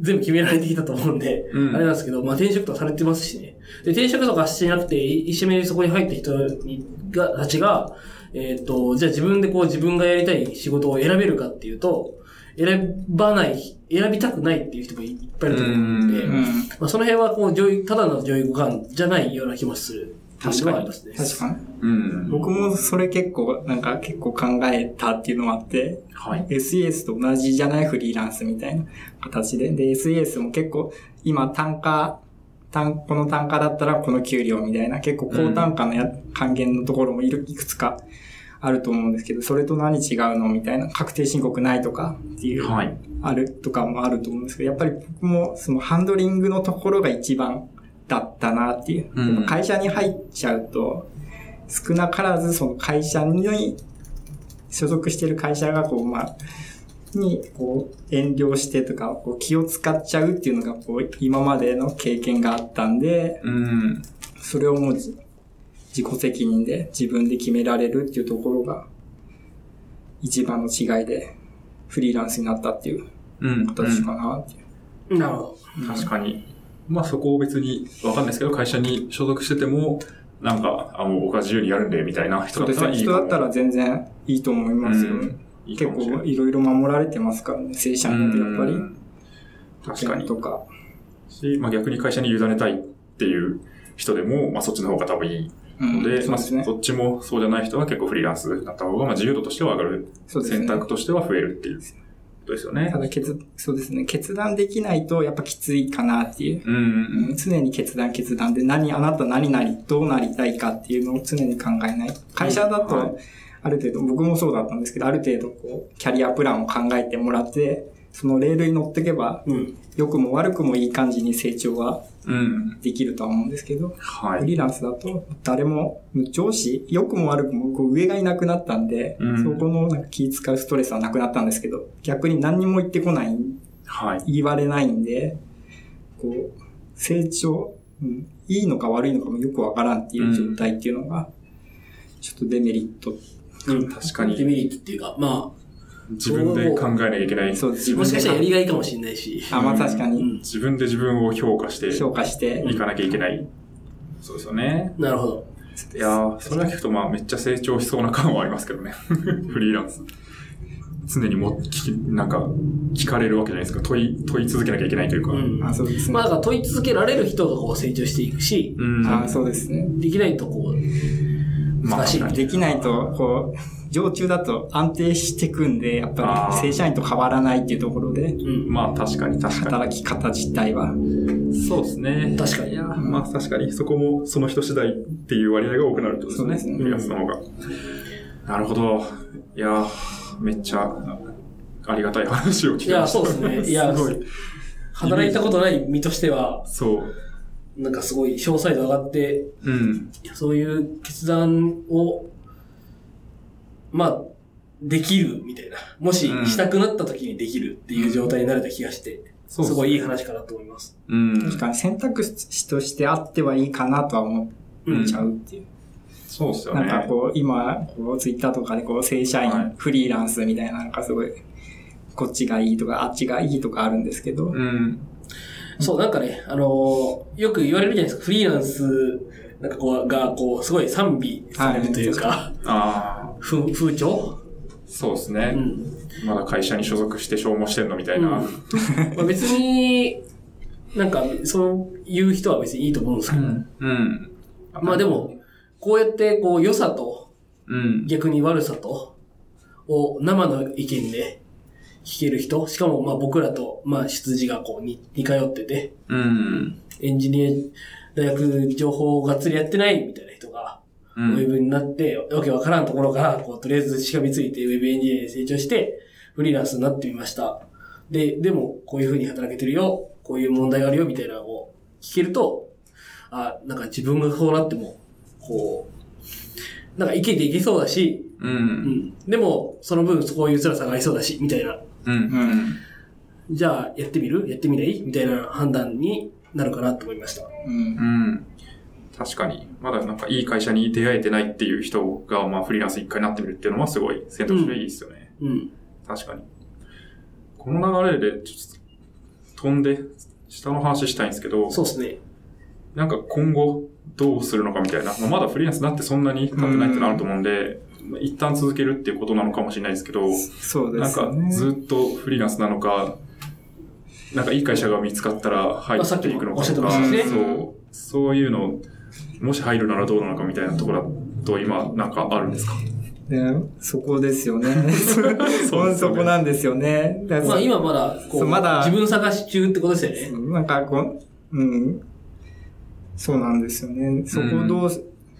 全部決められてきたと思うんで、
うん
あれなんですけど、まあ転職とかされてますしね。で、転職とかしてなくて、い一緒にそこに入った人にが、たちが、えっ、と、じゃあ自分でこう自分がやりたい仕事を選べるかっていうと、選ばない、選びたくないっていう人もいっぱいいると思うんで、
うん
うん。
まあその辺はこう上位、ただの上位互換じゃないような気もする。
確かに
はありますね。
確かに。
うん。
僕もそれ結構、なんか結構考えたっていうのもあって、
はい。
SES と同じじゃないフリーランスみたいな形で。で、SES も結構、今単価、単、この単価だったらこの給料みたいな、結構高単価のや、還元のところもいる、いくつかあると思うんですけど、それと何違うのみたいな、確定申告ないとかっていう、
はい。
あるとかもあると思うんですけど、やっぱり僕もそのハンドリングのところが一番だったなっていう。
うん
やっぱ会社に入っちゃうと、少なからずその会社に、所属してる会社がこう、まあ、に、こう、遠慮してとか、こう気を使っちゃうっていうのが、こう、今までの経験があったんで、
うん。
それをもうじ自己責任で自分で決められるっていうところが、一番の違いで、フリーランスになったっていう
うん。
形かなっていう。
なるほど。
確かに。まあそこを別にわかんないですけど、会社に所属してても、なんか、あ、もう僕は自由にやるんで、みたいな人
そう
だ
で
っ
す
たら
ね。
いい
人
か
だ
も
ったら全然いいと思いますよ。
うんいいか
結
もしれ
構
ない
いろいろ守られてますからね、正社員ってやっぱ
う
り。
ん確かに
と。か。
し、まあ逆に会社に委ねたいっていう人でも、まあそっちの方が多分いいので、
うんそう
まあ
ですね。
そっちもそうじゃない人は結構フリーランスだった方が、まあ自由度としては上がる、
そうです
選
ね。
択としては増えるっていうことですよね
た。だ決、そうですね。決断できないとやっぱきついかなっていう。
うんうん
うん常に決断決断で何、あなた何々どうなりたいかっていうのを常に考えない。会社だ
は
と、ある程度、僕もそうだったんですけど、ある程度こう、キャリアプランを考えてもらって、そのレールに乗っていけば、
うん。
良くも悪くもいい感じに成長は
うん。うん。
できるとは思うんですけど、
は
フ
い。
リーランスだと、誰も、上司、良くも悪くも、こう上がいなくなったんで、
うん
そこのなんか気使うストレスはなくなったんですけど、逆に何にも言ってこない、
はい。
言われないんで、こう、成長、うんいいのか悪いのかもよくわからんっていう状態っていうのが、ちょっとデメリット。
確かに
デ、メリットっていうか、ま
自分で考えなきゃいけない。
そうです
あ、もしかしたらやり
が
がいかもしれないし。
あ、まあ確か
う
に、
ん。
自分で自分を評価して、
評価して、
行かなきゃいけない。そうですよね。
なるほど。
いやー、それは聞くと、まあ、めっちゃ成長しそうな感はありますけどね。 フリーランス。常にも、きなんか、聞かれるわけじゃないですか。問い、問い続けなきゃいけないというか。
う
うん。
ん。
あ、そうですね。
まあ、だから問い続けられる人がこう成長していくし、
あ、そうですね。
できないとこう、
まあ
難しい
確かに
できないと、こう、常駐だと安定してくんで、やっぱ
あ
り
ー
正社員と変わらないっていうところで、
うん。
まあ、確かに、確か
働き方自体は。
に。そうですね。
確かに
いやーまあ、確かに、そこも、その人次第っていう割合が多くなるってことです
そうですね
ね。フリーランスの方が。なるほど。いやー、めっちゃ、ありがたい話を聞きました。
いやそうですねいや
すごい。
働いたことない身としては、
そう。
なんかすごい詳細度上がって、
うん。
そういう決断を、まあ、できるみたいな。もし
うん
したくなった時にできるっていう状態になれた気がして、
そう
すごいいい話かなと思います。
うん。
確かに選択肢としてあってはいいかなとは思っちゃうっていう。
そうっすよ
な
ね。
んかこう、今、こう、ツイッターとかでこう、正社員、
はい
フリーランスみたいな、なんかすごい、こっちがいいとか、あっちがいいとかあるんですけど、
うん。
そう、なんかね、あのーよく言われるじゃないですか、フリーランス、なんかこう、が、こう、すごい賛美されるというか、
ああ、
ふ風潮
そうです
う
ね、
ん。
まだ会社に所属して消耗してんのみたいな。
うんまあ、別に、なんか、そういう人は別にいいと思うんですけど、
うん。
まあでも、こうやって、こう、良さと、
うん。
逆に悪さと、を生の意見で聞ける人、しかもまあ僕らと、まあ出自がこうに似通ってて、
うん。
エンジニア、大学情報をがっつりやってないみたいな人が、
う
ウェ
ん。
ブになって、わけわからんところから、こう、とりあえずしがみついて、ウェブエンジニアに成長して、フリーランスになってみました。で、でも、こういう風に働けてるよ、こういう問題があるよ、みたいなのを聞けると、あ、なんか自分がそうなっても、こう、なんか生きていけそうだし、
う。
うんん。でも、その分、そういう辛さがありそうだし、みたいな。
うん。
じゃあ、やってみるやってみないみたいな判断になるかなと思いました。
うん
うん。確かに。まだなんかいい会社に出会えてないっていう人が、まあフリーランス一回なってみるっていうのはすごい選択肢がいいですよね。
うん。
確かに。この流れで、ちょっと飛んで、下の話したいんですけど、
そうですね。
なんか今後どうするのかみたいな、まあ、まだフリーランスになってそんなに経ってないってなると思うんで、まあ一旦続けるっていうことなのかもしれないですけど、
そうで
なん
すよ
か
ね。
ずっとフリーランスなのか、なんかいい会社が見つかったら入っていくの
まあさっきもおっ
かとか、
しゃってました
そ
ね
う、そういうの、もし入るならどうなのかみたいなところだと今なんかあるんですか
ねそこですよね。
そうですよ ね
そこなんですよね。だから
まあ、今まだ、こ、
そううまだ
自分探し中ってことですよね。
なんかこう、うん。そうなんですよね。そこをどう、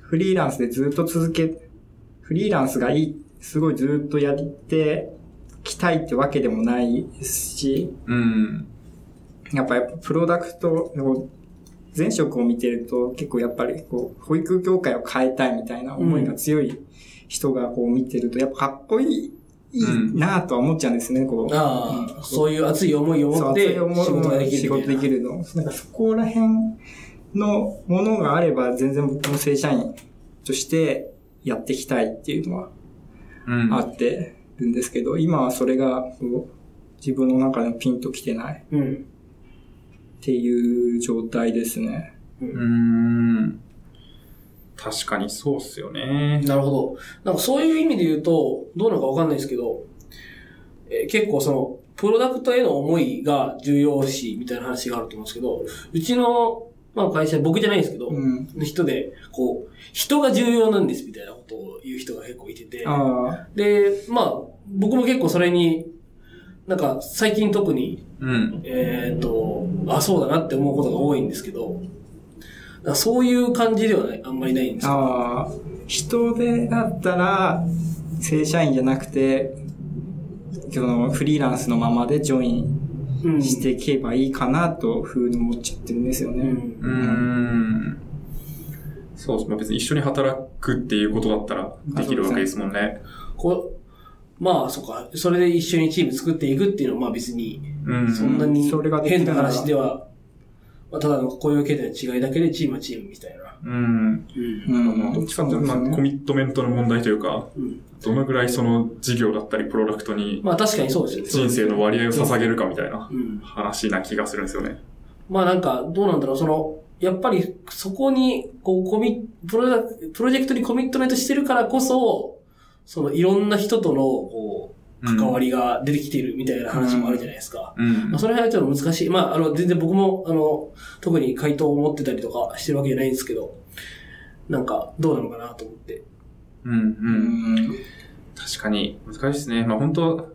フリーランスでずっと続け、フリーランスがいい、すごいずっとやってきたいってわけでもないですし、
うん。
やっぱりプロダクト、こう前職を見てると結構やっぱりこう、保育業界を変えたいみたいな思いが強い人がこう見てると、やっぱかっこいい、いいなぁとは思っちゃうんですね、こう。
ああ、そういう熱い思いを
そう
持っ
熱
て、仕
い思い
事ができる。
仕事でき。るの。なんかそこら辺のものがあれば、全然僕も正社員としてやっていきたいっていうのは
うん。
あってるんですけど、今はそれがこう自分の中でもピンときてない
うん。
っていう状態ですね。
うん。確かにそうっすよね。
なるほど。なんかそういう意味で言うと、どうなのかわかんないですけど、えー結構その、プロダクトへの思いが重要視みたいな話があると思うんですけど、うちの、まあ会社、僕じゃないんですけど、
うん。
の人で、こう、人が重要なんですみたいなことを言う人が結構いてて、
あ
で、まあ、僕も結構それに、なんか最近特に、
うん。
えっ、と、あ、そうだなって思うことが多いんですけど、だからそういう感じではないあんまりないんで
あ、
すよ。
ああ、人でだったら、正社員じゃなくて、そのフリーランスのままでジョイン
うん
していけばいいかなと、ふうに思っちゃってるんですよ
う。
ね。
うんん。そうっす。まあ、別に一緒に働くっていうことだったらできるわけですもんね。
こう、まあ、そっか、それで一緒にチーム作っていくっていうのは、まあ別に、
うん。
そんなに
それができた
変
な
な
ら
話では、まあ、ただの雇用形態の違いだけでチームはチームみたいな。
うん。
うん。
うん
どっちかというと、まあ、コミットメントの問題というか、
うん、
どのぐらいその事業だったりプロダクトに
まあ確かにそうですよね。
人生の割合を捧げるかみたいな
うん。
話な気がするんですよね。
まあなんか、どうなんだろう、その、やっぱりそこに、こう、コミ、プロダプロジェクトにコミットメントしてるからこそ、そのいろんな人との、こう、関わ
り。
りが出てきてるみたいな話もあるじゃないですか。
うん
まあ、。その辺はちょっと難しい。まあ、あの、全然僕も、あの、特に回答を持ってたりとかしてるわけじゃないんですけど、なんか、どうなのかなと思って。
うん。うん。
うん
確かに難しいですね。まあ本当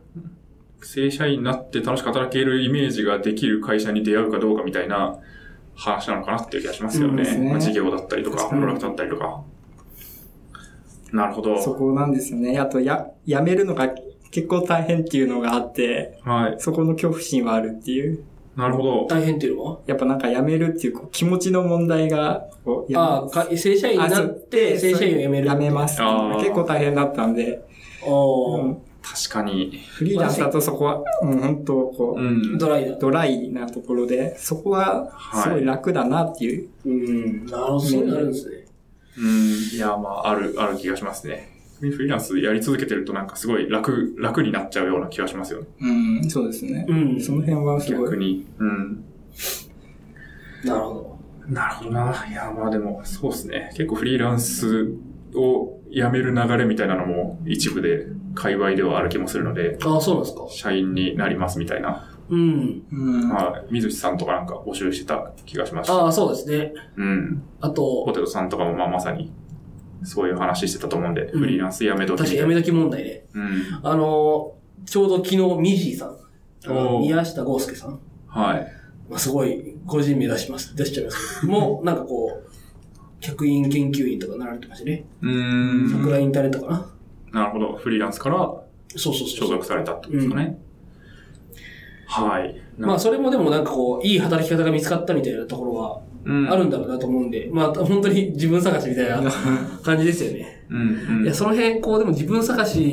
正社員になって楽しく働けるイメージができる会社に出会うかどうかみたいな話なのかなっていう気がしますよ
うん
ね。
ですね
まあ、事業だったりとか、プロダクトだったりとか。なるほど。
そこなんですよね。あと、や、辞めるのが結構大変っていうのがあって、
はい。
そこの恐怖心はあるっていう。
なるほど。
大変っていうのは
やっぱなんか辞めるっていうこう気持ちの問題が、こう、辞め
ああ、か正社員になって、正社員を辞める。
辞めます。
あー
結構大変だったんで、
あー
うん
確かに。
フリーランスだとそこは、もう本当こ
う
う、
ん。
ドライだ。
ドライなところで、そこはすごい楽だなっていう。
うん。なるほど、そうなるんですね。
うん。いや、まあ、ある、ある気がしますね。フリーランスやり続けてるとなんかすごい楽、楽になっちゃうような気がしますよね。
うん、そうですね。
うん。
その辺はすご
逆
い。
に。うん。
なるほ
なるほどな。いや、まあでも、そうですね。結構フリーランスを辞める流れみたいなのも一部で、界隈ではある気もするので、
ど。ああ、そうなんですか。
社員になりますみたいな。
うん。
うん。
まあ、水木さんとかなんか募集してた気がしました。
ああ、そうですね。
うん。
あ
ポ
と、
テトさんとかもまあまさに、そういう話してたと思うんで、
うん
フリーランス辞めとき
確かに辞め時問題ね。
うん。
あのー、ちょうど昨日、ミジーさん。あの
おー
宮下豪介さん。
はい。
まあ、すごい、個人名出します。出しちゃいます けど。もう、なんかこう、客員研究員とかなられてましたね。
うーん。
桜インターネットかな。
なるほど。フリーランスから
そうそうそ
所
うそう。
属されたってことですかね。はい。
まあ、それもでもなんかこう、いい働き方が見つかったみたいなところは
うん
あるんだろうなと思うんで、まあ、本当に自分探しみたいな感じですよね。
うん。うん
いや、その辺、こう、でも自分探しっ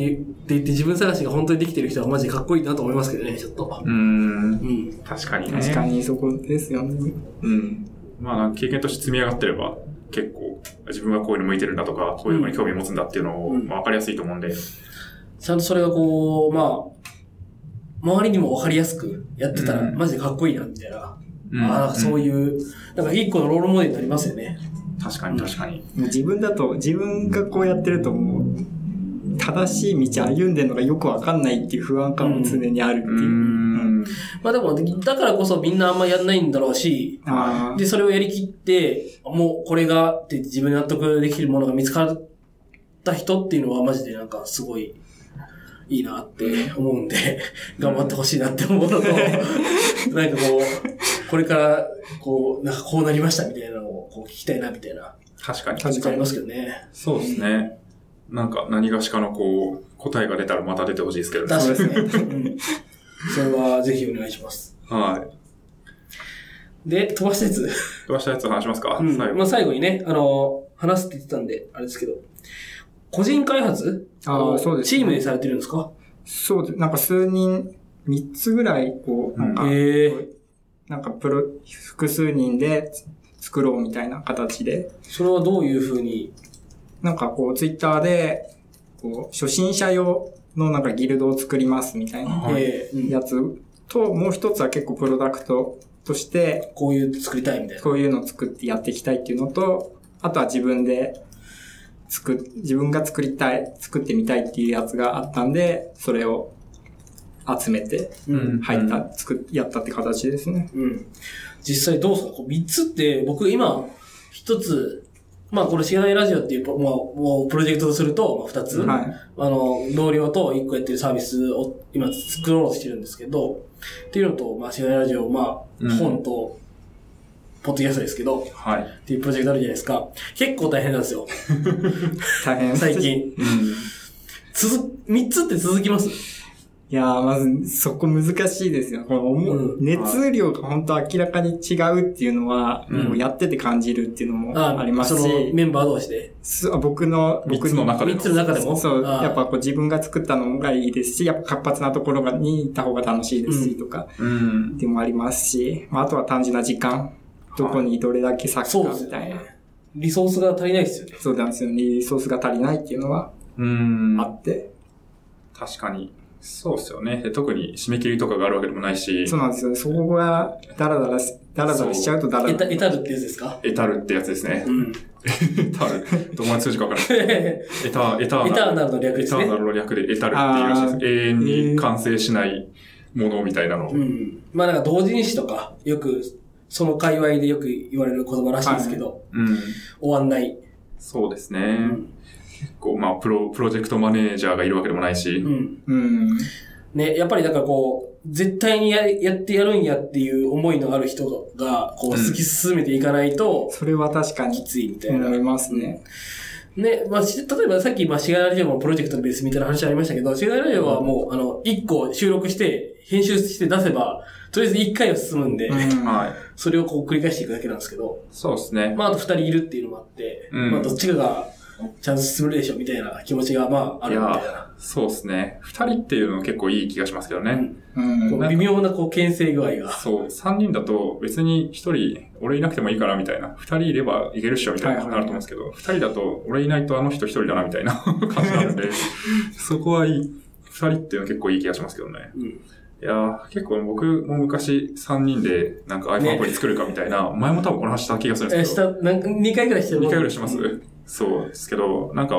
て言って自分探しが本当にできてる人はマジでかっこいいなと思いますけどね、ちょっと。
うーん。
うん。
確かにね。
確か。にそこですよね。
うん。まあ、なんか経験として積み上がってれば、結構、自分はこういうの向いてるんだとか、こういうのに興味持つんだっていうのを、
うん
まあ、わかりやすいと思うんで。
ちゃんとそれがこう、まあ、周りにもわかりやすくやってたら、
うん
マジでかっこいいな、みたいな。
うん
ああ、そういう、なんか一個のロールモデルになりますよね。
確かに確かに。
もう自分だと、自分がこうやってるともう、正しい道歩んでるのがよくわかんないっていう不安感も常にあるって
うー
いう。
ん。
まあでも、だからこそみんなあんまやんないんだろうし、
あ
で、それをやりきって、もうこれがって自分で納得できるものが見つかった人っていうのはマジでなんかすごいいいなって思うんで、頑張ってほしいなって思うのと、なんかこう、これからこう、なんかこうなりましたみたいなのをこう聞きたいなみたいな
確かに。
感じがありますけどね。
そうですね。なんか何がしかのこう、答えが出たらまた出てほしいですけどね。
確か
そう
にね。うんそれはぜひお願いします。
はい。
で、飛ばしつつ、
飛ばしたやつ話しますか、
うん
最後。
まあ、最後にね、あの話すって言ってたんで、あれですけど、個人開発
あーそうですね
チームでされてるんですか
そうで、なんか数人、三つぐらい、こう、なんか、
へえ。
なんかプロ、複数人で作ろうみたいな形で、
それはどういうふうに、
なんかこう、ツイッターで、こう、初心者用のなんかギルドを作りますみたいな
はい
ええうん
やつと、もう一つは結構プロダクトとして、
こういう作りたいみたいな。
そういうのを作ってやっていきたいっていうのと、あとは自分で作っ、自分が作りたい、作ってみたいっていうやつがあったんで、それを集めて
うん
入った、作っ、やったって形ですね。
うん。実際どうですかこう3つって、僕今、1つ、まあこれ、しがないラジオっていうポ、まあ、もうプロジェクトとすると、まあ、2つ、
はい。
あの、同僚と1個やってるサービスを今作ろうとしてるんですけど、っていうのと、まあ、しがないラジオ、ま
うん
あ、本と、ポッドキャストですけど、
はい。
っていうプロジェクトあるじゃないですか。結構大変なんですよ。
大変。
最。近。
うん。
続、三つって続きます
いやー、まず、そこ難しいですよ。この重
うん
熱量が本当明らかに違うっていうのは、
うん
もうやってて感じるっていうのもあります
その
し、
メンバー同士で。
す僕の、僕
3つの中
三
でも
つ。の中でも。
そう、
ああ
やっぱ。こう自分が作ったのがいいですし、やっぱ活発なところがに行った方が楽しいです
う
し
ん
とか、
うん。
でもありますし、まあ、あとは単純な時間、どこにどれだけ割
そう
くか
ですよ
みたい
ね
な。。
リソースが足りないですよね。
そうなんですよね。リソースが足りないっていうのは
うん
あ。って。
確かに。そうですよね。で特に締め切りとかがあるわけでもないし、
そうなんですよね。そこがダラダラし、ダラダラしちゃうとダラ
え
ダ
た、え
ラ。
たるってやつですか
エタルってやつですね
う。 ん。
エタル。どんな数字かわからない。
エ
エタ、エター
ターナ
ナ
ルの略
ル。
で
エタ
す
ー
ね
ナ。ルの略でエタルっていうらしいです。永遠に完成しないものみたいなのを。
うん。まあなんか同人誌とか、よく、その界隈でよく言われる言葉らしいですけど、
うん。
終わんない。
そうですね。
うん。
こう、まあ、プロ、プロジェクトマネージャーがいるわけでもないし、
うん。
うん。
ね、やっぱりだからこう、絶対にややってやるんやっていう思いのある人が、こう、突き進めていかないと、
それは確か
き
に
ついみたいな。
思いますね。
ね、まあ、し例えばさっき、まあ、シガラジオもプロジェクトのベースみたいな話ありましたけど、シガラジオはもう、あの、一個収録して、編集して出せば、とりあえず1回は進むんで、
うん
はい。
それをこう繰り返していくだけなんですけど、
そうですね。
まああと2人いるっていうのもあって、
うん
まあどっちかがちゃんと進むでしょみたいな気持ちがまああ
い
るみたいな
や、そうですね。二人っていうの結構いい気がしますけどね。
うん
うん。
こう微妙なこう牽制具合が。
そう、三人だと別に一人、俺いなくてもいいかなみたいな、二人いればいけるっしょみたいな
はい
な
は
る
い
と思うんですけど、二人だと俺いないとあの人一人だなみたいな 感じなので、そこはいい。二人っていうのは結構いい気がしますけどね。
うん
いやー、結構僕も昔三人でなんか iPhone アプリ作るかみたいな、前も多分この話した気がするん
え
ですけど、
下、なんか2回ぐらいしてる
2回ぐらいします、
うん
そうですけど、なんか、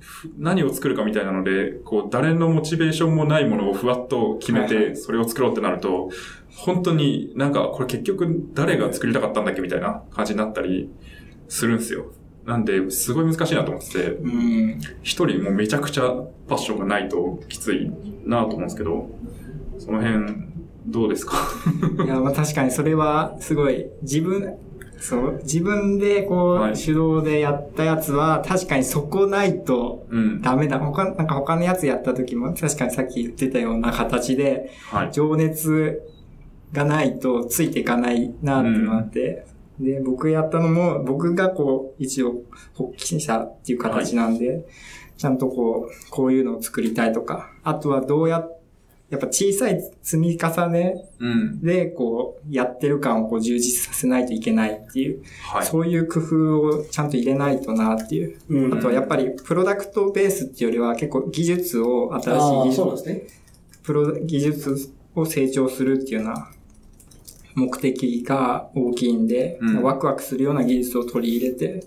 ふ何を作るかみたいなので、こう、誰のモチベーションもないものをふわっと決め
はい
て、それを作ろうってなると、本当になんか、これ結局誰が作りたかったんだっけみたいな感じになったりするんですよ。なんで、すごい難しいなと思ってて、
うん。
一人もうめちゃくちゃパッションがないときついなと思うんですけど、その辺、どうですか
いや、まあ確かにそれはすごい、自分、そう、自分でこ
は
う、
い
手動でやったやつは、確かにそこないと
うん。
ダメだ。他、なんか他のやつやった時も、確かにさっき言ってたような形で、
はい。
情熱がないとついていかないなってのがあって、で、僕やったのも、僕がこう、一応、発起者っていう形なんで、ちゃんとこう、こういうのを作りたいとか、あとはどうやっ、やっぱ小さい積み重ね
うん。
で、こう、やってる感をこう充実させないといけないっていう、
はい。
そういう工夫をちゃんと入れないとなっていう。
うん
あとはやっぱり、プロダクトベースっていうよりは結構技術を、新しい
あ
技
あ、
術
そう
を
なんですね。
プロ、技術を成長するっていうような目的が大きいんで、
うん
ワクワクするような技術を取り入れて、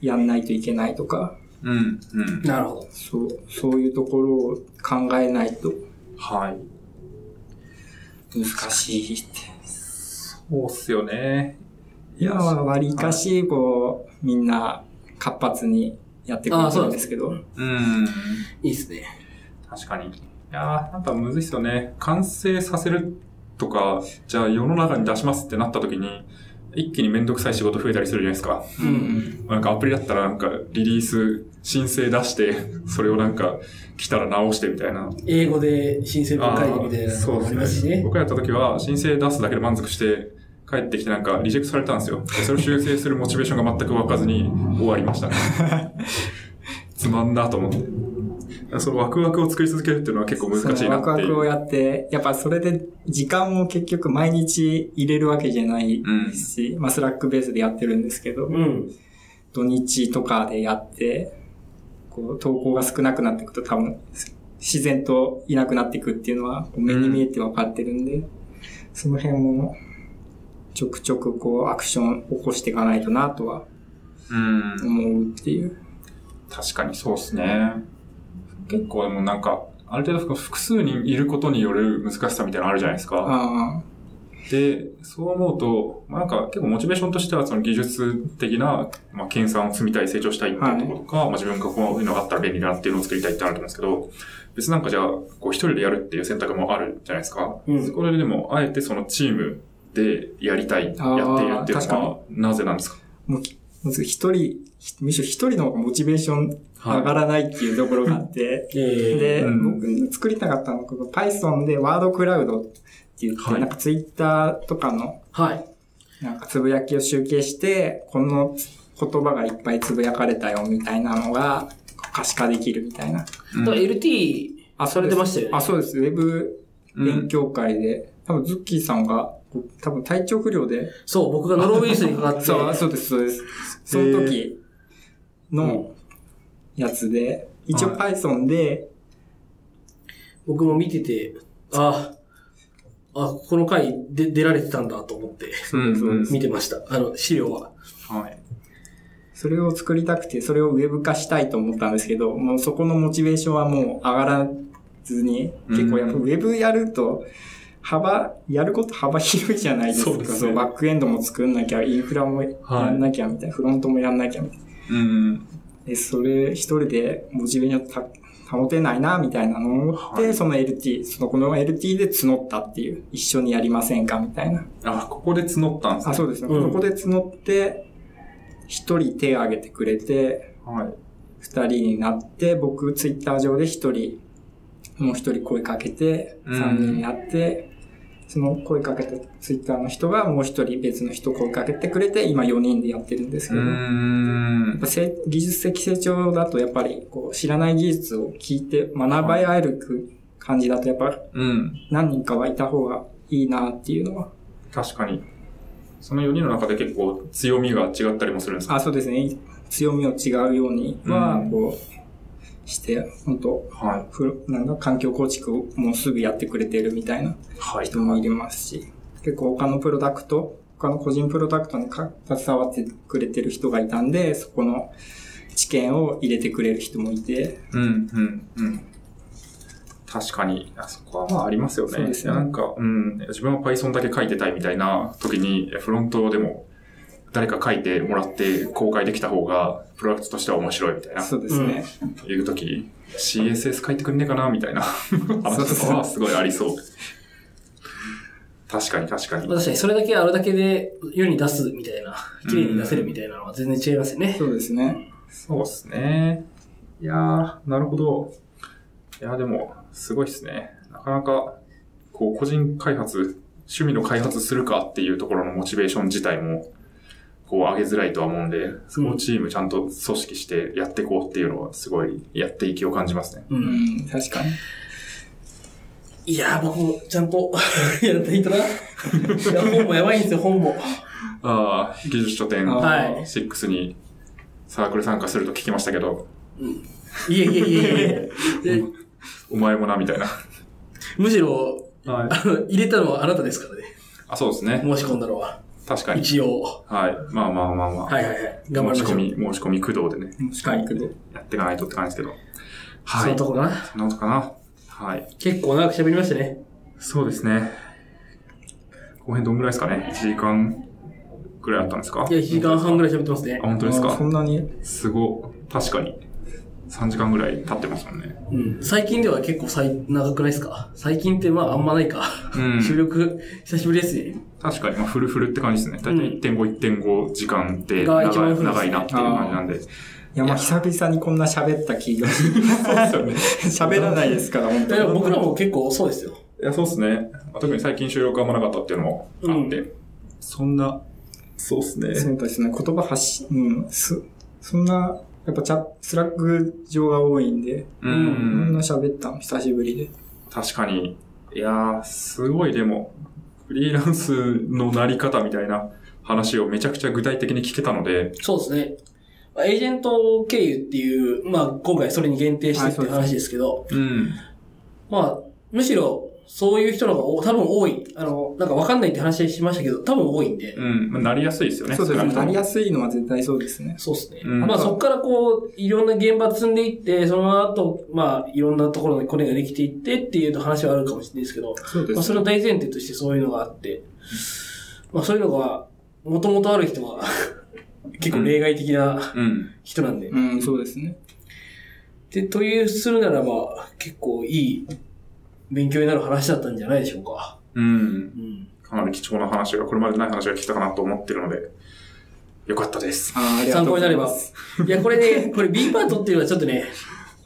やんないといけないとか、
うん。うん。
なるほど。
そう、そういうところを考えないと
はい。
難しいって。
そうっすよね。いや
今は割かし、こう、みんな活発にやってくれてるんですけど、
うん。
いいですね。
確かに。いやー、なんかむずいっすよね。完成させるとか、じゃあ世の中に出しますってなった時に、一気にめんどくさい仕事増えたりするじゃないですか。
う
なんかアプリだったらなんかリリース申請出して、それをなんか来たら直してみたいな。
英語で申請文書いてみたいなの
そう
もあり
で
ます
す
し
ね。
ね。
僕がやった時は申請出すだけで満足して、帰ってきてなんかリジェクトされたんですよ。 でそれを修正するモチベーションが全く湧かずに終わりましたね。つまんなと思って。そのワクワクを作り続けるっていうのは結構難しいなって
そ
い。
うのワクワクをやって、やっぱそれで時間を結局毎日入れるわけじゃないし、まあスラックベースでやってるんですけど、
うん。
土日とかでやって、こう投稿が少なくなっていくと多分自然といなくなっていくっていうのはこう目に見えて分かってるんで、その辺もちょくちょくこうアクション起こしていかないとなとは
うん。
思うっていう。
確かにそうですね。結構でもなんか、ある程度複数人いることによる難しさみたいなのあるじゃないですか。
あ
で、そう思うと、まあ、なんか結構モチベーションとしてはその技術的な、まあ、研鑽を積みたい、成長したいっていうところとか、まあ、自分がこういうのがあったら便利だなっていうのを作りたいってあると思うんですけど、別になんかじゃあ、こう一人でやるっていう選択もあるじゃないですか。
うん
そこででも、あえてそのチームでやりたい、やって
あー
いるっていう
確
の
か
は、なぜなんですか
あ、もうきもう一人、ひむしろ一人の方がモチベーション上がらないっていうところがあって、
え
で、
うん
僕の作りたかったのが、この Python で WordCloud って言って、
はい
なんか Twitter とかの
ー、はい。
なんかつぶやきを集計して、この言葉がいっぱいつぶやかれたよみたいなのが可視化できるみたいな。
うん
だから LT
あ、
されてましたよね
あ、そうです。ウェブ勉強会で、多分ズッキーさんが、多分体調不良で、
そう、僕がノロウイルスにかかって、
そう、そうです、そうです。その時のやつで、一応 Python で、
僕も見てて、ああ、この回で出られてたんだと思って、
うんうん
見てました。あの、資料は。
はい。
それを作りたくて、それをウェブ化したいと思ったんですけど、もうそこのモチベーションはもう上がらずに、結構やっぱ
う
ウ
ん
ェブやると、幅、やること幅広いじゃないですか。
そうですね
のバックエンドも作んなきゃ、インフラもやんなきゃみたいな、フロントもやんなきゃみたいな。
うん。
で、それ一人でモチベーションた保てないな、みたいなのを思って、
はい
その LT、そのこの LT で募ったっていう、一緒にやりませんかみたいな。
あ、ここで募ったんです
あ、そうですね。
うん
ここで募って、一人手を挙げてくれて、
はい。
二人になって、僕ツイッター上で一人もう一人声かけて、
うん
3人やって、その声かけたツイッターの人がもう一人別の人声かけてくれて、今4人でやってるんですけ
う
ど、
ー
やっ
ん。
ぱせ技術的成長だとやっぱりこう知らない技術を聞いて学ば合える感じだとやっぱ
うん。
何人かはいた方がいいなっていうのは。
確かに。その4人の中で結構強みが違ったりもするんですか
あ、そうですね。強みを違うようには
うん、
こう、して、本当
は。
ふなんか環境構築をもうすぐやってくれてるみたいない
はい
人もいますし、結構他のプロダクト、他の個人プロダクトにか携わってくれてる人がいたんで、そこの知見を入れてくれる人もいて、
うん、うん、うん。確かに、あそこはまあありますよね。
そうですね
なんか、うん、自分は Python だけ書いてたいみたいな時に、フロントでも誰か書いてもらって公開できた方が、プロダクトとしては面白いみたいな、
そうですね。
いう時、CSS 書いてくんねえかなみたいな話とかはすごいありそう。確かに確かに。
確かに、それだけあるだけで世に出すみたいな、綺麗に出せるみたいなのは全然違いますよね。
そうですね。
そうですね。いやー、なるほど。いやーでも、すごいですね。なかなか、こう、個人開発、趣味の開発するかっていうところのモチベーション自体も、こう、上げづらいとは思うんで、そこをチームちゃんと組織してやっていこうっていうのは、すごい、やっていきを感じますね。
う。
うんん、確かに。
いやー、僕もちゃんと やっていたな。いや、本もやばいんですよ、本も。
あー、技術書店
あ
はい
ー
6にサークル参加すると聞きましたけど、
いえいえいえいえいえ。で
お前もな、みたいな。
むしろ、
はい。
あの入れたのはあなたですからね。
あ、そうですね。
申し込んだのは。
確かに。
一応。
はい。まあまあまあまあ。
はいはいはい。頑張り
申し
ましょ
込
う。
み、申し込み駆動でね。
もしかに行くと。
やっていかないとって感じですけど。
そ
は
の
い。
とこかな。
そんなことかな。はい。
結構長く喋りましたね。
そうですね。後編どんぐらいですかね ?1 時間ぐらいあったんですか
いや、1時間半ぐらい喋ってますね
あ、。本当で
あ
す
ーそ
か
んなに
すご。確かに。3時間ぐらい経ってますもんね。
うん。最近では結構最長くないですか最近ってまああんまないか。
うん
収録、久しぶりですね。
確かに、まあ、フルフルって感じですね。だいたい1.5、1.5時間って
が
長
一番
い
フルです
長
ね
いなっていう感じなんで。
いや、まあ、久々にこんな喋った気が
そうですよね。
喋らないですから、本
いや
当
僕らも結構そうですよ。
いや、そうですね。まあ特に最近収録あんまなかったっていうのもあって。
う
そんな、そうですね
そうですね。言葉発し、うん、す、そんな、やっぱチャスラック上が多いんで、
う
こん
ん
な。喋ったの久しぶりで。
確かに。いやー、すごいでも、フリーランスのなり方みたいな話をめちゃくちゃ具体的に聞けたので、
そうですね。まあエージェント経由っていう、まあ今回それに限定してっていう話ですけど、
うん。
まあむしろそういう人の方が多多分多い。あの、なんかわかんないって話しましたけど、多分多いんで。
うん。まあ、なりやすいですよね。
そうです
少
ね。
なくと
な
も
りやすいのは絶対そうですね。
そうですね。
うん
まあそこからこう、いろんな現場積んでいって、その後、まあいろんなところにコネができていってっていう話はあるかもしれないですけど、
そう
まあ、それを大前提としてそういうのがあって、まあ、そういうのが、もともとある人は、 結構例外的な
うん。
人なんで。
うん、そうですね。
で、というするならば、結構いい勉強になる話だったんじゃないでしょうか。
うん。
うん。
かなり貴重な話が、これまでない話が聞けたかなと思ってるので、よかったです。
あーありが
参
とう
考
ご
にな
ざ
れ
いま
ば
す。。
いや、これね、これ B パートっていうのはちょっとね、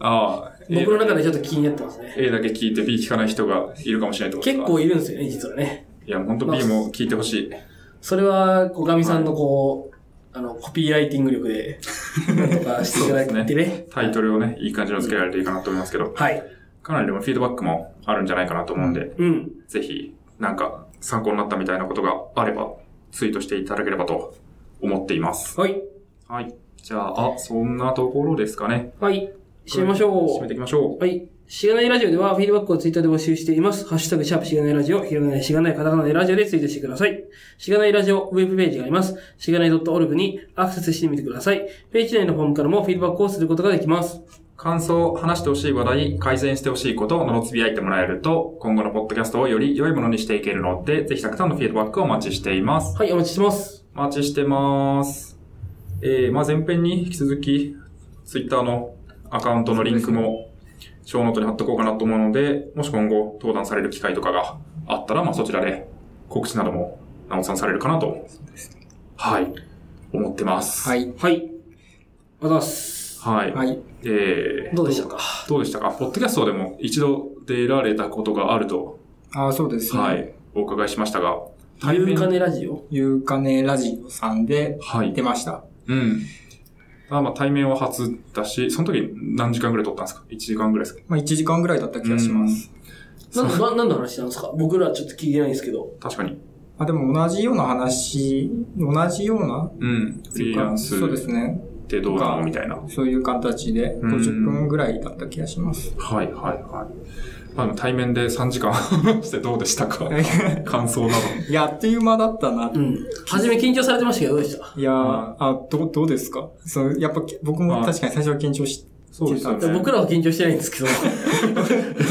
ああ、
僕の中でち
ょ
ょ
っ
っと気になってますね。
と。A だけ聞いて B 聞かない人がいるかもしれないってことです
結
か
構いるんですよね、実はね。
いや、本当 B も聞いてほしい。
それは、こう、ガミさんのこう、あの、コピーライティング力で、なんとかしていただいてね。
タイトルをね、いい感じの付けられていいかなと思いますけど、
はい。
かなりでもフィードバックもあるんじゃないかなと思うんで、
うん。
ぜひ、なんか、参考になったみたいなことがあれば、ツイートしていただければと思っています。
はい。
はい。じゃあ、あ、そんなところですかね。
はい。締めましょう。
締めていきましょう。
はい。しがないラジオでは、フィードバックをツイッターで募集しています。ハッシュタグ、シャープしがないラジオ、ひらがないしがないカタカナでラジオでツイートしてください。しがないラジオ、ウェブページがあります。しがない .org にアクセスしてみてください。ページ内のフォームからもフィードバックをすることができます。
感想、話してほしい話題、改善してほしいことなどつぶやいてもらえると、今後のポッドキャストをより良いものにしていけるので、ぜひたくさんのフィードバックをお待ちしています。
はい、お待ちしてます。
お待ちしてます。えー、まあ前編に引き続き、ツイッターのアカウントのリンクも、小ノートに貼っとこうかなと思うので、もし今後登壇される機会とかがあったら、まあそちらで告知なども、直さんされるかなと、はい、思ってます。
はい。
はい。ありがとうございます。です。
はい。
はい。
えー、
どうでしたか
どうでしたかポッドキャストでも一度出られたことがあると、
ああ、そうですね。
はい、お伺いしましたが、
ゆうかねラジオ
ゆうかねラジオさんで
はい
出。ました。
うん。あまあ、対面は初だし、その時何時間ぐらい撮ったんですか ?1 時間ぐらいですか
まあ、1時間ぐらいだった気がします。
なんで、ななんの話なんですか僕らちょっと聞いてないんですけど。
確かに。
あ、でも同じような話、同じような、
うん。フリーランス
そうですね。
ってどうなのみたいな。
そういう形で
うん
50分ぐらいだった気がします。
はい、はい、はい。まあ、でも対面で3時間 してどうでしたか感想など。
いや、あっという間だったな。
うん。初め緊張されてましたけど、どうでした
いやー、あ、どう、どうですかそう、やっぱき僕も確かに最初は緊張し
そうですよ
いや
ね
僕。らは緊張してないんですけど。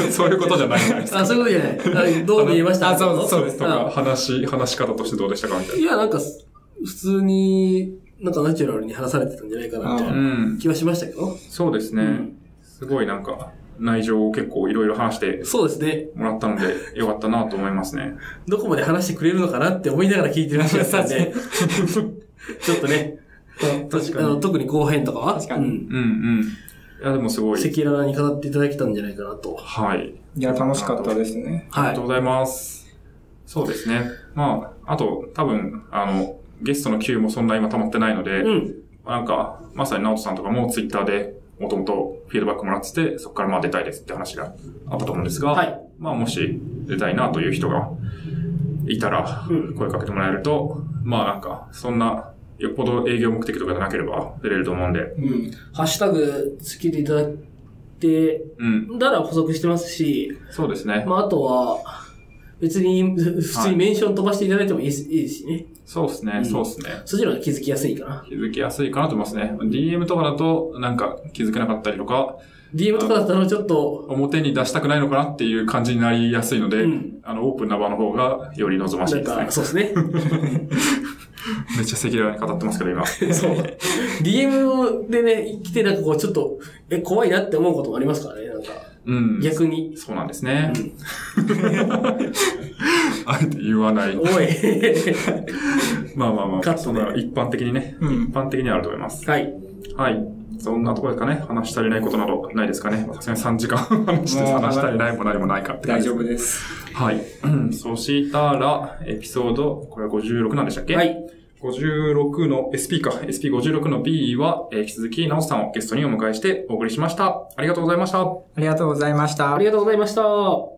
そういうことじゃないじゃないですか。
あ、そういうことじゃないあ。どう見えました
あそうそう
とか、話、話し方としてどうでしたかみたい
いや、なんか、普通に、なんかナチュラルに話されてたんじゃないかな、みたい
な。
う
う。
なん気はしましたけど。
そうですね。
ん
すごいなんか、内情を結構いろいろ話して
そうですね。
もらったので、よかったなと思いますね。
どこまで話してくれるのかなって思いながら聞いてる話だったんで。 ちょっとね。
確
あの。特に後編とかは
確かに
うん
うんうん。いや、でもすごい。
赤裸々に語っていただけたんじゃないかなと。
はい。
いや、楽しかったですね。
あり
は
がとう
い。
ございます。そうですね。まあ、あと、多分、あの、ゲストの Q もそんな今溜まってないので、
うん。
なんか、まさに直人さんとかもツイッターで、もともとフィードバックもらってて、そこからまあ出たいですって話があったと思うんですが、
はい
まあもし出たいなという人がいたら、声かけてもらえると、まあなんか、そんな、よっぽど営業目的とかじゃなければ出れると思うんで、
うん。
ハッシュタグつけていただいて、
うん、
だら補足してますし、
そうですね。
まあ、あとは、別に、ふ普通にメンション飛ばしていただいてもいいすいいですしね。
そうですね、そうですね。
そっちの方が気づきやすいかな。
気づきやすいかなと思いますね。DM とかだと、なんか気づけなかったりとか、
DM とかだったらちょっと、
表に出したくないのかなっていう感じになりやすいので、
うん
あの、オープンな場の方がより望まし
な
いで
ん
すね
か、。そうですね。
めっちゃ赤裸々に語ってますけど、今。
そう。DM でね、来てなんかこう、ちょっと、え、怖いなって思うこともありますからね、なんか、
うん。
逆に。
そうなんですね。
うん
あえて言わな い。
おい。
まあまあま
カット
あ、
ね
そんな一般的にね、
うん
一般的にはあると思います。
はい。
はい。そんなところですかね。話し足りないことなどないですかね。まあさすがに3時間 話して
もう
話し足りないも何もないかって感
大
じ
丈
です
夫です。
はい。うんそしたら、エピソード、これは56なんでしたっけ
はい。
56の SP か、SP56 の B は、えー引き続き、なおさんをゲストにお迎えしてお送りしました。ありがとうございました。
ありがとうございました
あり。がとうございました。